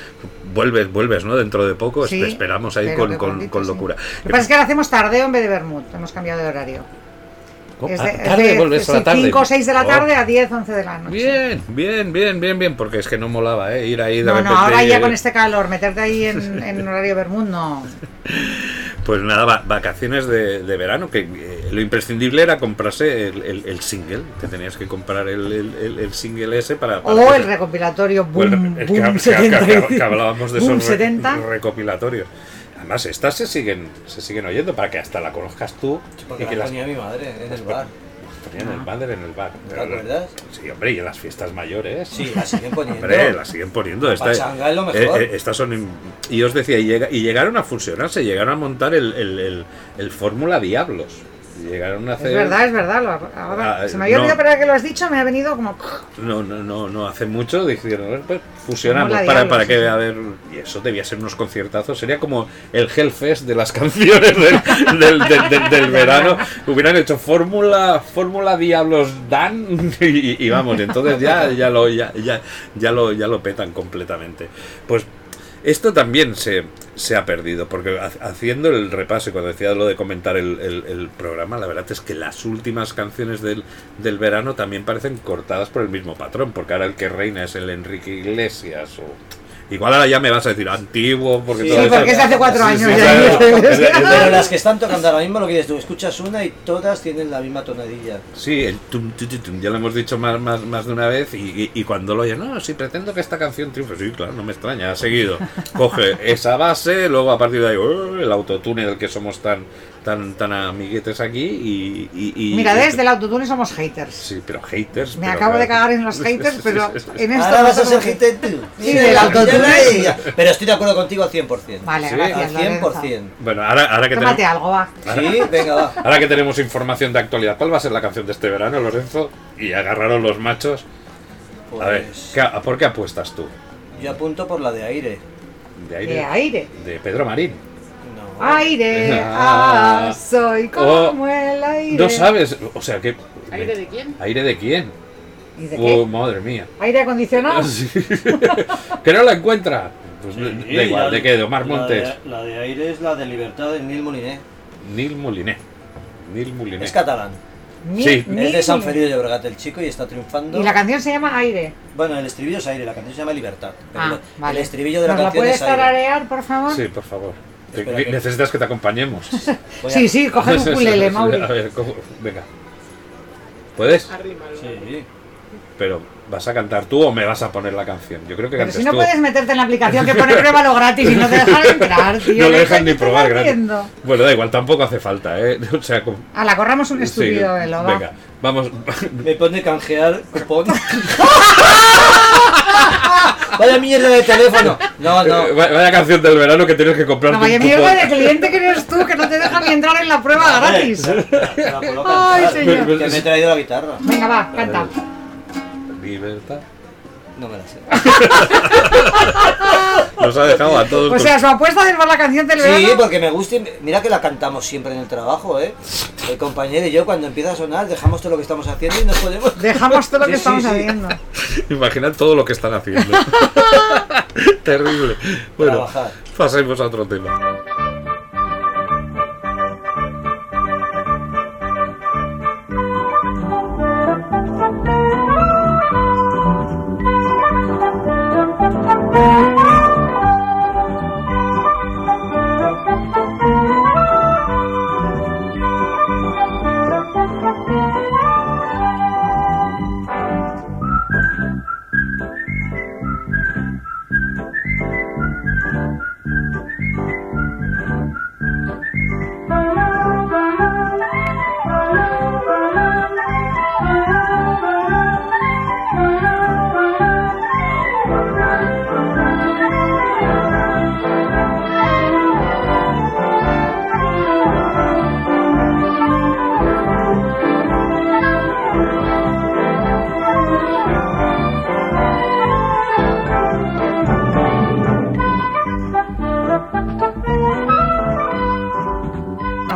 vuelves, vuelves, ¿no? Dentro de poco, Sí, Pues te esperamos ahí pero con, que con- prontito, con sí. locura. Lo que pasa es que ahora hacemos tardeo en vez de vermut. Hemos cambiado de horario. ¿Cómo? Es Ah, de, tarde, vuelves a la tarde. 5 o 6 de la Oh. tarde a 10, 11 de la noche. Bien, bien, bien, bien, bien, porque es que no molaba, ¿eh? Ir ahí de No, repente. no, ahora y- ya con este calor, meterte [laughs] ahí en, en horario vermut, no. Pues nada, va- vacaciones de, de verano, que eh, lo imprescindible era comprarse el, el- el single, te tenías que comprar el, el- el- el single ese para... para O Oh, el recopilatorio o el- Boom, el pues que- boom que- que- 70. que hablábamos de Boom esos re- 70. recopilatorios. Además, estas se siguen, se siguen oyendo para que hasta la conozcas tú Porque y que la las ponía mi madre en el bar. ponían en el bar, en el bar. ¿Te acuerdas? Sí, hombre, y en las fiestas mayores. Sí, la siguen poniendo. Hombre, la siguen poniendo. La Esta- eh, pachanga es lo mejor. estas son. im- Y os decía, y, llega- y llegaron a fusionarse, llegaron a montar el, el- el- el Fórmula Diablos. Llegaron a hacer. Es verdad, es verdad. lo- ahora- Ah, se me había no. olvidado, pero ahora que lo has dicho, me ha venido como. No, no, no, no hace mucho dijeron, "Bueno, pues fusionamos Fórmula para, Diablos, para que sí. a ver. Y eso debía ser unos conciertazos. Sería como el Hellfest de las [laughs] canciones del, del- del- del- del verano. Hubieran hecho Fórmula Fórmula Diablos Dan y, y- y vamos, entonces ya, ya lo ya, ya, ya lo ya lo petan completamente. Pues esto también se, se ha perdido, porque ha- haciendo el repaso, y cuando decía lo de comentar el, el- el programa, la verdad es que las últimas canciones del, del verano también parecen cortadas por el mismo patrón, porque ahora el que reina es el Enrique Iglesias o... Igual ahora ya me vas a decir antiguo, porque Sí, todo eso- porque es de hace cuatro Sí, sí, años, claro. ya. Es- es- [laughs] Pero las que están tocando ahora mismo, lo que dices tú, escuchas una y todas tienen la misma tonadilla. Sí, el tum, tu, tu, tum, ya lo hemos dicho más, más, más de una vez y, y- y cuando lo oyes, no, si pretendo que esta canción triunfe, sí, claro, no me extraña, ha [laughs] seguido. Coge esa base, luego a partir de ahí, ¡oh! el autotune del que somos tan tan tan amiguetes aquí y... y- y- Mira, desde el autotune somos haters. Sí, pero haters... Me pero acabo de claro. cagar [laughs] en los haters, pero en esto. Ahora vas a no ser somos- hater tú. Sí, del autotune. Pero estoy de acuerdo contigo al 100%. Vale, Sí. gracias. Al 100%. Lorenzo. Bueno, ahora, ahora que Tómate tenemos... algo, va. Sí, venga, va. Ahora que tenemos información de actualidad, ¿cuál va a ser la canción de este verano, Lorenzo? Y agarraron los machos. A ver, Pues- ¿qué- a- ¿por qué apuestas tú? Yo apunto por la de aire. De aire. De [laughs] Eh, aire. De Pedro Marín. Aire, Ah. ah, soy Oh, como el aire. No sabes, o sea que. ¿Aire de quién? ¿Aire de quién? ¿Y de Oh, qué? Ah. madre mía. ¿Aire [laughs] acondicionado? Sí. que no la encuentra. Pues da igual, ¿de qué? De Omar La Montes. La de, aire es la de libertad de Nil Moliné. Nil Moliné. Nil Moliné. Es catalán. Mi- Sí. mi- Es de San Feliu de Llobregat el chico y está triunfando. Y la canción se llama Aire. Bueno, el estribillo es aire, la canción se llama Libertad. Pero Ah, lo- vale. El estribillo de la ¿Nos la canción puedes es aire. tararear, por favor? Sí, por favor. Te- Espera que- que- Necesitas que te [laughs] acompañemos. Voy a- Sí, sí, [laughs] coge Sí, sí, un culele, sí, Mauri. A ver, ¿cómo? venga. ¿Puedes? Sí. Pero, ¿vas a cantar tú o me vas a poner la canción? Yo creo que Pero cantes si no tú. [laughs] puedes meterte en la aplicación que pone prueba lo gratis y no te dejan entrar, tío. no lo ¿qué dejan ni estás probar, gratis. haciendo? Bueno, da igual, tampoco hace falta, ¿eh? [laughs] O sea, como- A la corramos un eh, estúpido, Sí, Elo, va. Venga, vamos. Me pone canjear cupón. [laughs] Vaya mierda de teléfono. No, no. Eh, Vaya canción del verano que tienes que comprar. No vaya mierda de cliente que eres tú, que no te dejan ni entrar en la prueba gratis. Me la puedo Ay, cantar, señor. Que me he traído la guitarra. Venga, va, canta. Libertad. No me la [laughs] sé. Nos ha dejado a todos. O sea, su apuesta de ver la canción del Sí, pues- verano. porque me gusta. y- Mira que la cantamos siempre en el trabajo, ¿eh? El compañero y yo, cuando empieza a sonar, dejamos todo lo que estamos haciendo y nos [laughs] podemos. Dejamos todo lo que Sí, sí, estamos sí. haciendo. Imagina todo lo que están [laughs] haciendo. Terrible. Bueno, Trabajar. pasemos a otro tema.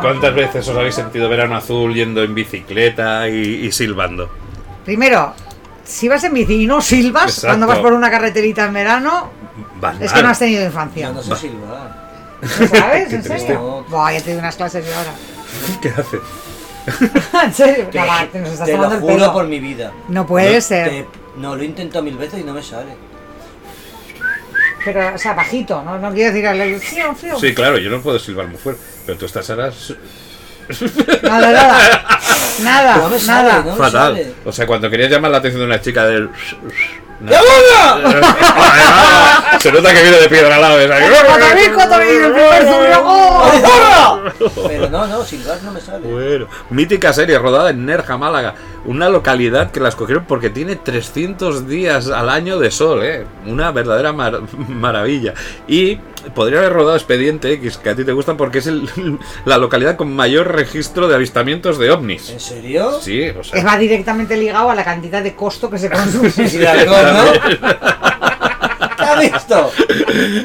¿Cuántas veces os habéis sentido verano azul yendo en bicicleta y, y silbando? Primero, si vas en bici y no silbas Exacto. cuando vas por una carreterita en verano, Vas Es mal. que no has tenido infancia. no sé Va. ¿No sabes? Qué ¿En triste. serio? Buah, ya te doy unas clases yo ahora. [laughs] ¿Qué haces? ¿En serio? Te, Nada, te nos estás te lo tomando el juro pelo. por mi vida. No puede ser. te- no, lo he intentado mil veces y no me sale. Pero, o sea, bajito, ¿no? No quiero decir a la ilusión, fío. Sí, claro, yo no puedo silbar muy fuerte, pero tú estás ahora s- Nada, nada. [laughs] Nada, No me sale, nada. ¿no? fatal. sale. O sea, cuando querías llamar la atención de una chica del... ¡Ya [laughs] Se nota que viene de piedra al lado. ¡Cotorril, cotorril! ¡El primer zurriago! Pero no, no, silbar no me sale. Bueno, mítica serie rodada en Nerja, Málaga, una localidad que la escogieron porque tiene 300 días al año de sol, ¿eh? una verdadera mar- maravilla. Y podría haber rodado Expediente X, que a ti te gustan porque es el- [laughs] la localidad con mayor registro de avistamientos de ovnis. ¿En serio? Sí, o sea, Es va directamente ligado a la cantidad de costo que se consume. Sí, sí, de alcohol, ¿no? ¿Te has visto?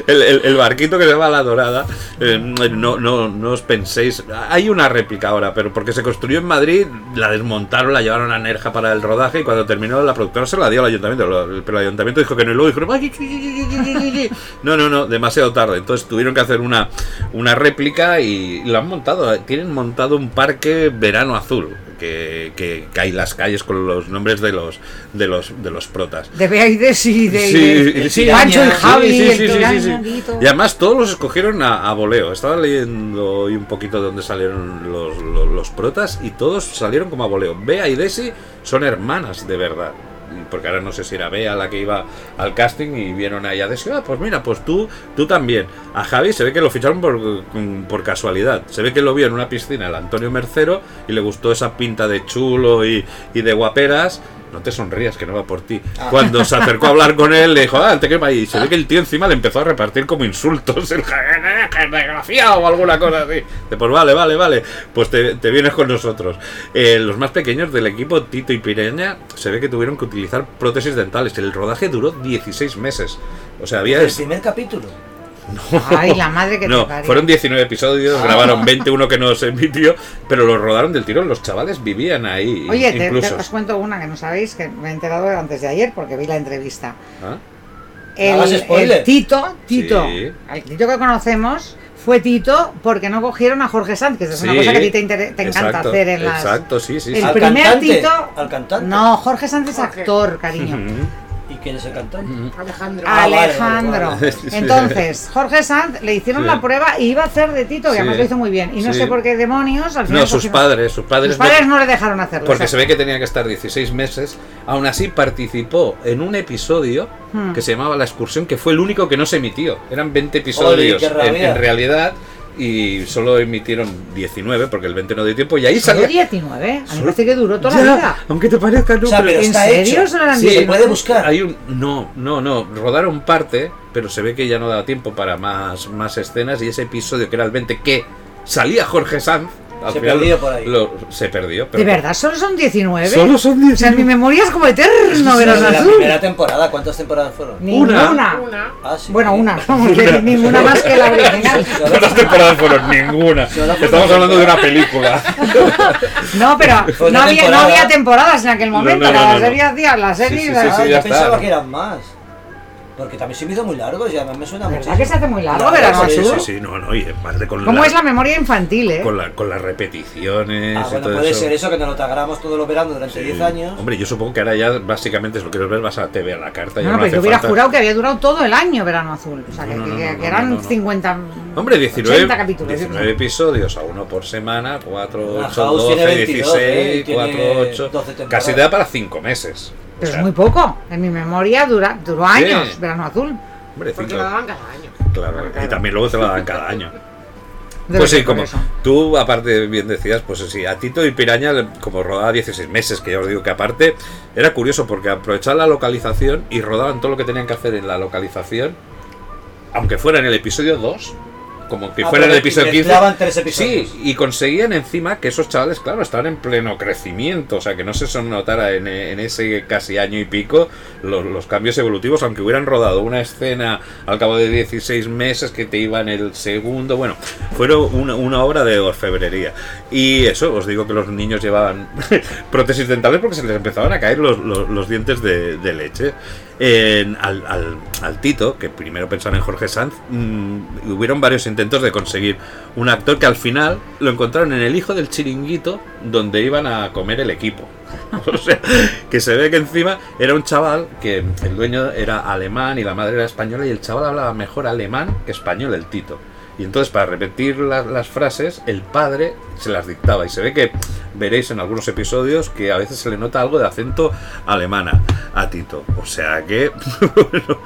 el, el- el barquito que se va a la dorada, eh, no, no, no os penséis. Hay una réplica ahora, pero porque se construyó en Madrid, la desmontaron, la llevaron a Nerja para el rodaje y cuando terminó la productora se la dio al ayuntamiento. lo- Pero el ayuntamiento dijo que no y luego dijeron, "Ay, ay, ay, ay, ay, ay". no, no, no, demasiado tarde. Entonces tuvieron que hacer una, una réplica y la han montado. Tienen montado un parque verano azul. Que, que, que hay las calles con los nombres de los de los de los protas De Beaides y de, Sí, de- sí, Pancho sí, y Javi, sí, sí, el sí, sí, Tolán, sí. Nandito. Y además todos los escogieron a, a voleo. Estaba leyendo hoy un poquito de dónde salieron los, los- los protas y todos salieron como a voleo. Bea y Desi son hermanas de verdad. Y Porque ahora no sé si era Bea la que iba al casting y vieron ahí a Desi. Ah, pues mira, pues tú, tú también. A Javi se ve que lo ficharon por, por casualidad. Se ve que lo vio en una piscina el Antonio Mercero y le gustó esa pinta de chulo y, y de guaperas. No te sonrías, que no va por ti. Ah. Cuando se acercó a hablar con él, le dijo, ah, te quema. Y se ve que el tío encima le empezó a repartir como insultos. [laughs] El desgraciado o alguna cosa así. De, pues vale, vale, vale. Pues te, te vienes con nosotros. Eh, los más pequeños del equipo, Tito y Pireña, se ve que tuvieron que utilizar prótesis dentales. El rodaje duró 16 meses. O sea, había... El primer capítulo. Ay, la madre que No, te parió. Ah. fueron 19 episodios, grabaron 21 que no se emitió, pero los rodaron del tirón, los chavales vivían ahí. Oye, te- te, incluso. os cuento una que no sabéis, que me he enterado antes de ayer porque vi la entrevista. ¿Ah? El, hagas spoiler. el Tito, Tito, Sí. el Tito que conocemos fue Tito porque no cogieron a Jorge Sanz, que es una Sí, cosa que a ti te, inter- te encanta exacto, hacer en las... Exacto, sí, sí. sí. El Al primer cantante, Tito... al cantante. No, Jorge Sanz es actor, cariño. ¿Y quién es el cantante? Alejandro. Ah, vale, [laughs] vale, vale. Entonces, Jorge Sanz le hicieron Sí. la prueba y iba a hacer de Tito, y Sí. además lo hizo muy bien. Y no Sí. sé por qué demonios al final. No, sus cogieron- padres, sus padres. Sus padres no le dejaron hacerlo. Porque o se sea, ve que tenía que estar 16 meses. Aún así participó en un episodio Hmm. que se llamaba La Excursión, que fue el único que no se emitió. Eran 20 Ole, episodios qué en, rabia. en realidad y solo emitieron 19 porque el 20 no dio tiempo y ahí solo salió... 19, a mí me Solo- parece que duró toda Ya, la vida. Aunque te parezca, no, O sea, pero- pero ¿En está serio? hecho. Solo eran Sí, se 19. puede buscar. Hay un no, no, no, rodaron parte, pero se ve que ya no daba tiempo para más más escenas y ese episodio que era el 20 que salía Jorge Sanz al Se final perdió por ahí. lo- se perdió, ¿De pero verdad solo son 19? Solo son O sea, 19. mi memoria es como eterno, Sí, verano de la azul. primera temporada, ¿cuántas temporadas fueron? Ninguna. Ah, sí. Bueno, una, [laughs] vamos, que ninguna más [laughs] que la [laughs] original. ¿Cuántas temporadas fueron? Ninguna. Solo fue Estamos una hablando de una película. [laughs] No, pero Fue no una había, no temporada. había temporadas en aquel No, momento. no, no, la no, serie no. hacía la serie. Sí, sí, la- sí, sí, Ah, ya yo está. pensaba que eran más. Porque también se me hizo muy largo y además me suena ¿Verdad mucho. que se hace muy largo, verano Sí, azul? sí, sí, no, no, y aparte con ¿Cómo la- es la memoria infantil, eh? con, la- con las repeticiones Ah, y bueno, todo puede eso. ser eso que nos lo tagramos todos los veranos durante 10 años. Hombre, yo supongo que ahora ya básicamente si lo quieres ver vas a TV a la carta. ya No, no pero hace yo hubiera falta. jurado que había durado todo el año Verano Azul. O sea, que, No, no, no, que- no, que eran no, no, no. 50. Hombre, 19, 80 capítulos. yo qué sé. 19 episodios a uno por semana, 4, La 8, House 12, tiene 22, 16, ¿eh? Y tiene 4, 8. 12 temporadas. Casi te da para 5 meses. O Pero sea, es muy poco. En mi memoria dura, duró Sí. años Verano Azul. Porque Hombre, cinco- lo daban cada año. claro, y también luego te la dan cada [laughs] año. Debe pues sí, ser por como eso. tú, aparte, bien decías, pues sí, a Tito y Piraña, le- como rodaba 16 meses, que ya os digo que aparte, era curioso porque aprovechaban la localización y rodaban todo lo que tenían que hacer en la localización, aunque fuera en el episodio 2, como que Ah, fuera en el pero episodio 15. mezclaban tres episodios. Sí, y conseguían encima que esos chavales, claro, estaban en pleno crecimiento, o sea, que no se son notara en, en ese casi año y pico los, los cambios evolutivos, aunque hubieran rodado una escena al cabo de 16 meses que te iba en el segundo, bueno, fueron una, una obra de orfebrería. Y eso, os digo que los niños [laughs] llevaban prótesis dentales porque se les empezaban a caer los, los- los dientes de, de leche. en- al, al- al Tito, que primero pensaron en Jorge Sanz, mm, hubieron varios intentos de conseguir un actor que al final lo encontraron en el hijo del chiringuito donde iban a comer el equipo. [laughs] O sea, que se ve que encima era un chaval que el dueño era alemán y la madre era española y el chaval hablaba mejor alemán que español, el Tito. Y entonces para repetir la- las frases, el padre se las dictaba. Y se ve que veréis en algunos episodios que a veces se le nota algo de acento alemana a Tito. O sea que... [laughs] bueno.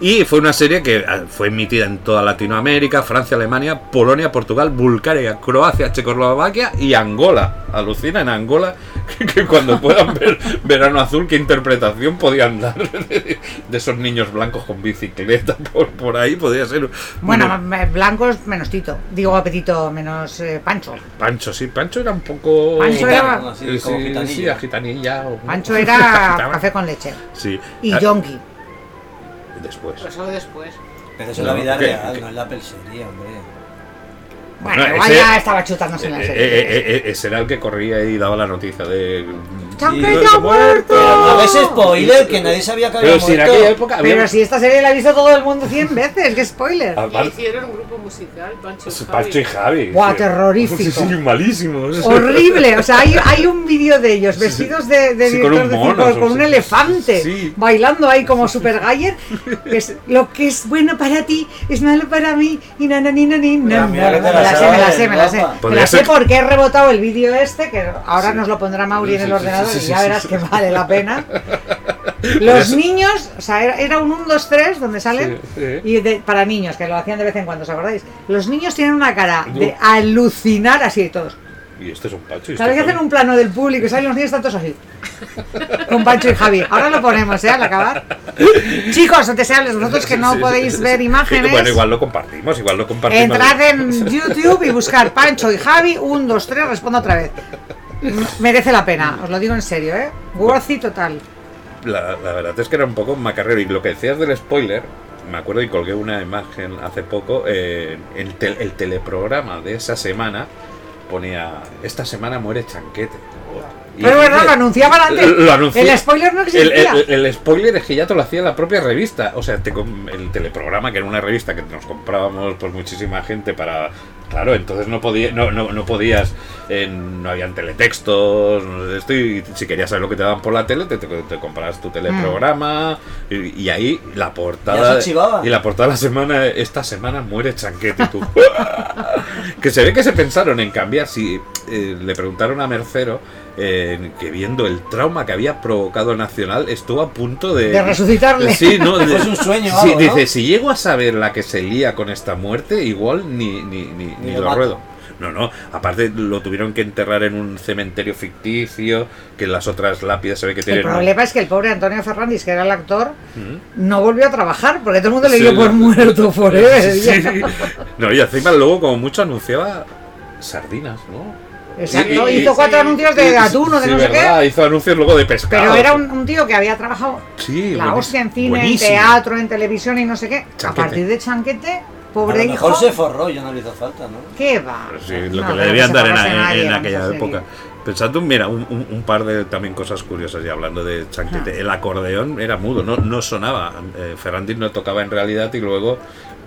Y fue una serie que ah, fue emitida en toda Latinoamérica, Francia, Alemania, Polonia, Portugal, Bulgaria, Croacia, Checoslovaquia y Angola. Alucina en Angola [laughs] que cuando puedan ver Verano Azul, qué interpretación podían dar [laughs] de, de esos niños blancos con bicicleta [laughs] por, por ahí. Podría ser... Bueno, me- blancos menos Tito. Digo apetito menos eh, Pancho. Pancho, sí, Pancho era un poco. Pancho era- Gitano, así, Sí, como sí, gitanillo. sí, a gitanilla. o- Pancho [laughs] era Gitano. café con leche. Sí. Y Ah, Yonki. Después. Eso después. Pero eso No, es la vida que- real, que- no es la pelsería, hombre. Bueno, ese- igual ya estaba chutándose en la eh, serie. eh, eh, eh, ese era el que corría y daba la noticia de. ¡Chanquete Y- ha muerto! A veces spoiler que nadie sabía que había Pero si en muerto. aquella época había- Pero si esta serie la ha visto todo el mundo 100 veces, qué spoiler. Ah, Y vale. Pues, hicieron un grupo musical, Pancho y Pancho y Javi. Javi. Guau, sí. terrorífico. Sí, sí, malísimo. Horrible, o sea, [laughs] hay, hay un vídeo de ellos vestidos de, de Sí, con director un de mono, circo, sí, con un sí. elefante, [laughs] Sí. bailando ahí como Super Gayer, que es lo que es bueno para ti es malo para mí, y na, na, ni, na, ni, na, Mira, mira na, que na. te Me la la sé, me la sabes, sé, me la sé. guapa. Me la Podría sé ser- porque he rebotado el vídeo este, que ahora nos lo pondrá Mauri en Sí, sí, el sí, ordenador sí, y sí, ya sí, verás sí. que vale [laughs] la pena. Podría Los ser- niños, o sea, era, era un 1, 2, 3 donde salen, Sí, sí. y de- para niños, que lo hacían de vez en cuando, ¿os acordáis? Los niños tienen una cara de alucinar así de todos. Y este es un Pancho. y Cada vez este que hacen un plano del público y salen los niños están todos así. Con Pancho y Javi. Ahora lo ponemos, ¿eh? Al acabar. Chicos, deseables, vosotros que no Sí, sí, podéis sí, sí. ver imágenes. Bueno, igual lo compartimos, igual lo compartimos. Entrad [laughs] en YouTube y buscar Pancho y Javi, 1, 2, 3, respondo otra vez. M- Merece la pena, os lo digo en serio, ¿eh? Worthy total. La, la verdad es que era un poco macarrero. Y lo que decías del spoiler, me acuerdo y colgué una imagen hace poco. eh, el, tel- el teleprograma de esa semana ponía: Esta semana muere Chanquete. Y- Pero es verdad, lo anunciaban antes. Lo anuncié. El spoiler no El, existía. el- el spoiler es que ya te lo hacía la propia revista. O sea, te com- el teleprograma, que era una revista que nos comprábamos por muchísima gente para. Claro, entonces no, podía, no, no, no podías, eh, no habían teletextos, no sé esto, y si querías saber lo que te daban por la tele, te, te, te comprabas tu teleprograma, y, y ahí la Ya se portada. archivaba. Y la portada de la semana, esta semana muere Chanquete, y [laughs] tú. Que se ve que se pensaron en cambiar. Si eh, le preguntaron a Mercero eh, que viendo el trauma que había provocado Nacional, estuvo a punto de. De resucitarle. Sí, no. de- Es un sueño, Sí, algo, ¿no? dice, si llego a saber la que se lía con esta muerte, igual ni, ni, ni, ni lo lo mato. ruedo. No, no, aparte lo tuvieron que enterrar en un cementerio ficticio, que las otras lápidas se ve que El tienen... ¿Mm? problema es que el pobre Antonio Fernández, que era el actor, Ujú. no volvió a trabajar porque todo el mundo le Sí, dio la- por muerto por [laughs] él. Sí. [laughs] No, y encima luego como mucho anunciaba sardinas, ¿no? Exacto, Y- y- hizo cuatro sí, anuncios de y- atún o de sí, no sé verdad, qué. Hizo anuncios luego de pescado. Pero era un, un tío que había trabajado Sí, la buenísimo, hostia en cine, buenísimo. en teatro, en televisión y no sé qué. Chanquete. A partir de Chanquete, A lo pobre mejor hijo, se forró, ya no le hizo falta, ¿no? ¿qué va? Pues Sí, lo No, que no le debían se dar en, pagase en- nadie en con esa aquella serie. época. Pensando, mira, un, un- un par de también cosas curiosas, y hablando de Chanquete, Ah. el acordeón era mudo, no, no sonaba. Eh, Ferrandis no tocaba en realidad y luego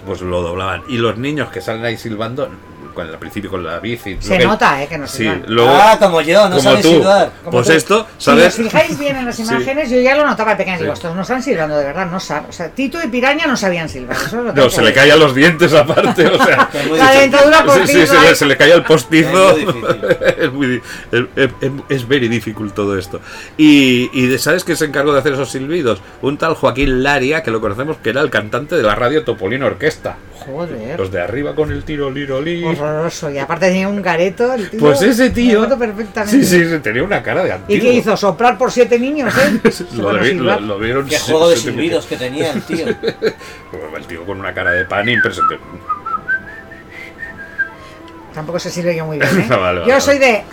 pues lo doblaban. Y los niños que salen ahí silbando, con, al principio con la bici. Se lo que- nota, eh, que no se Sí, nota. luego, ah, como yo, no como sabes tú. silbar. Como Pues tú. esto, Si ¿sabes? os fijáis bien en las Sí. imágenes, yo ya lo notaba de pequeñas. Sí. Digo, estos no están silbando de verdad, no saben. O sea, Tito y Piraña no sabían silbar. Eso lo tengo No, que se le decir. caían los dientes aparte, o sea. Es [laughs] muy La difícil. dentadura Sí, sí, se postiza, le, se le caía el postizo. Es muy difícil. [laughs] es, muy, di- es, es- es very difficult todo esto. Y, y de- ¿sabes quién se encargó de hacer esos silbidos? Un tal Joaquín Laria, que lo conocemos, que era el cantante de la radio Topolino Orquesta. Joder. Los de arriba con el tiro, liro, li. Horroroso. Y aparte tenía un careto. El tío, Pues ese tío. Me acuerdo perfectamente. Sí, sí, sí, tenía una cara de ¿Y antiguo. qué hizo? ¿Soplar por siete niños, eh? [laughs] Lo, Bueno, vi- silbar. lo- lo vieron. Qué se- juego de se- Pues silbidos que tenía [laughs] el tío. El tío con una cara de pan impresionante. Tampoco se sirve yo muy bien, ¿eh? [laughs] Vale, vale, yo vale. soy de...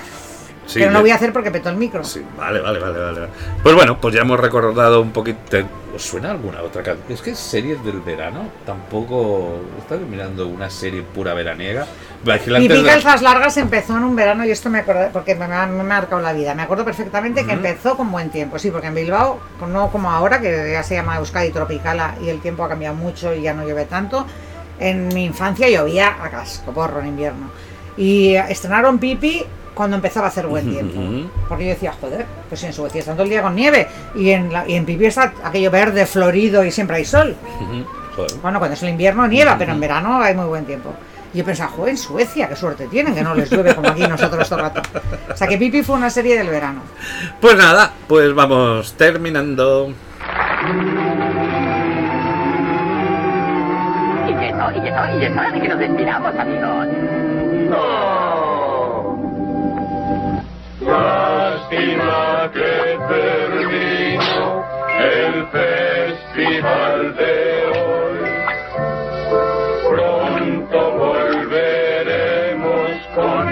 Sí, pero no de- voy a hacer porque petó el micro. Vale, vale, vale, vale. vale. Pues bueno, pues ya hemos recordado un poquito. ¿te- ¿Os suena alguna otra canción? Es que series del verano tampoco. Estás mirando una serie pura veraniega. Mi Vigilantes de pica la- alzas largas empezó en un verano y esto me acordé porque me ha, me ha marcado la vida. Me acuerdo perfectamente que Ujú. empezó con buen tiempo, sí, porque en Bilbao, pues no como ahora, que ya se llama Euskadi Tropicala y el tiempo ha cambiado mucho y ya no llueve tanto. En mi infancia llovía a casco, porro en invierno. Y eh, estrenaron Pipi cuando empezaba a hacer buen tiempo. Ujú. Porque yo decía, joder, pues en Suecia están todo el día con nieve y en, la- y en Pipi está aquello verde, florido y siempre hay sol. Ujú. Joder. Bueno, cuando es el invierno nieva, pero en verano hay muy buen tiempo. Y Yo pensaba, joder, en Suecia, qué suerte tienen que no les llueve como aquí nosotros todo el rato. O sea que Pipi fue una serie del verano. Pues nada, pues vamos terminando. Y eso, y eso, y es hora de que nos despidamos, amigos. Lástima que terminó el festival de hoy. Pronto volveremos con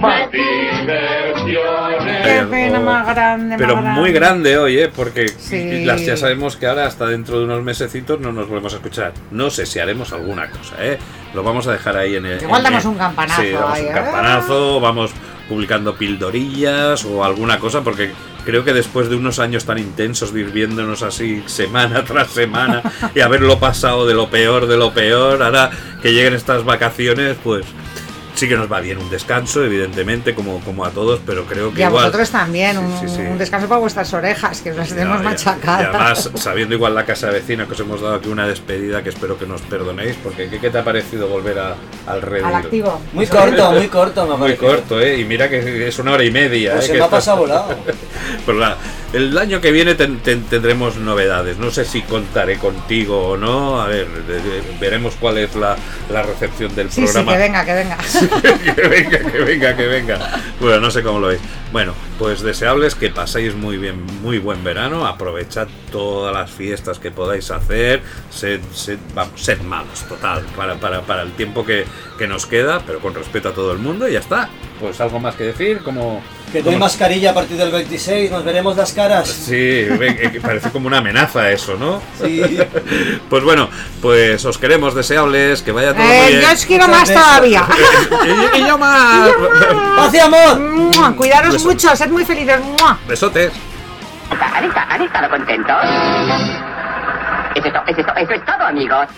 más Qué diversiones. pena más grande, Pero más muy grande hoy, ¿eh? Porque Sí. las, ya sabemos que ahora hasta dentro de unos mesecitos no nos volvemos a escuchar. No sé si haremos alguna cosa, ¿eh? Lo vamos a dejar ahí en el... Igual en- damos en- un campanazo Sí, damos ahí, un ¿eh? campanazo, vamos publicando pildorillas o alguna cosa, porque creo que después de unos años tan intensos de ir viéndonos así semana [laughs] tras semana y haberlo pasado de lo peor, de lo peor, ahora que lleguen estas vacaciones, pues... Sí que nos va bien un descanso, evidentemente, como, como a todos, pero creo que Y a igual... vosotros también, un, sí, sí. un descanso para vuestras orejas, que las tenemos No, y- Y machacadas. además, sabiendo igual la casa vecina, que os hemos dado aquí una despedida que espero que nos perdonéis, porque ¿qué, qué te ha parecido volver a- al redil? Al activo. Muy corto, muy corto, me Muy parece. corto, ¿eh? Y mira que es una hora y media. ¿eh? Pues se que me ha estás- pasado volado. Pues nada, el año que viene ten- ten- tendremos novedades. No sé si contaré contigo o no. A ver, de- de- veremos cuál es la, la recepción del Sí, sí, programa. que venga, que [laughs] venga. que venga, que venga, que venga. Bueno, no sé cómo lo veis. Bueno, pues deseables que paséis muy bien, muy buen verano. Aprovechad todas las fiestas que podáis hacer. Sed, sed- vamos, sed malos, total, para, para, para el tiempo que, que nos queda, pero con respeto a todo el mundo y ya está. Pues algo más que decir, como. Que doy como- mascarilla a partir del 26, nos veremos las caras. Sí, ve- eh, que parece como una amenaza eso, ¿no? [laughs] Sí. Pues bueno, pues os queremos deseables, que vaya todo muy Eh, bien. yo os quiero más todavía. [laughs] Y- y yo [laughs] más. [laughs] ¡Paz y amor! Mua, Cuidaros Beso. mucho, sed muy felices. Mua. Besotes. ¿Han, esta- han estado contentos? ¿Es esto, es esto, eso es todo, amigos.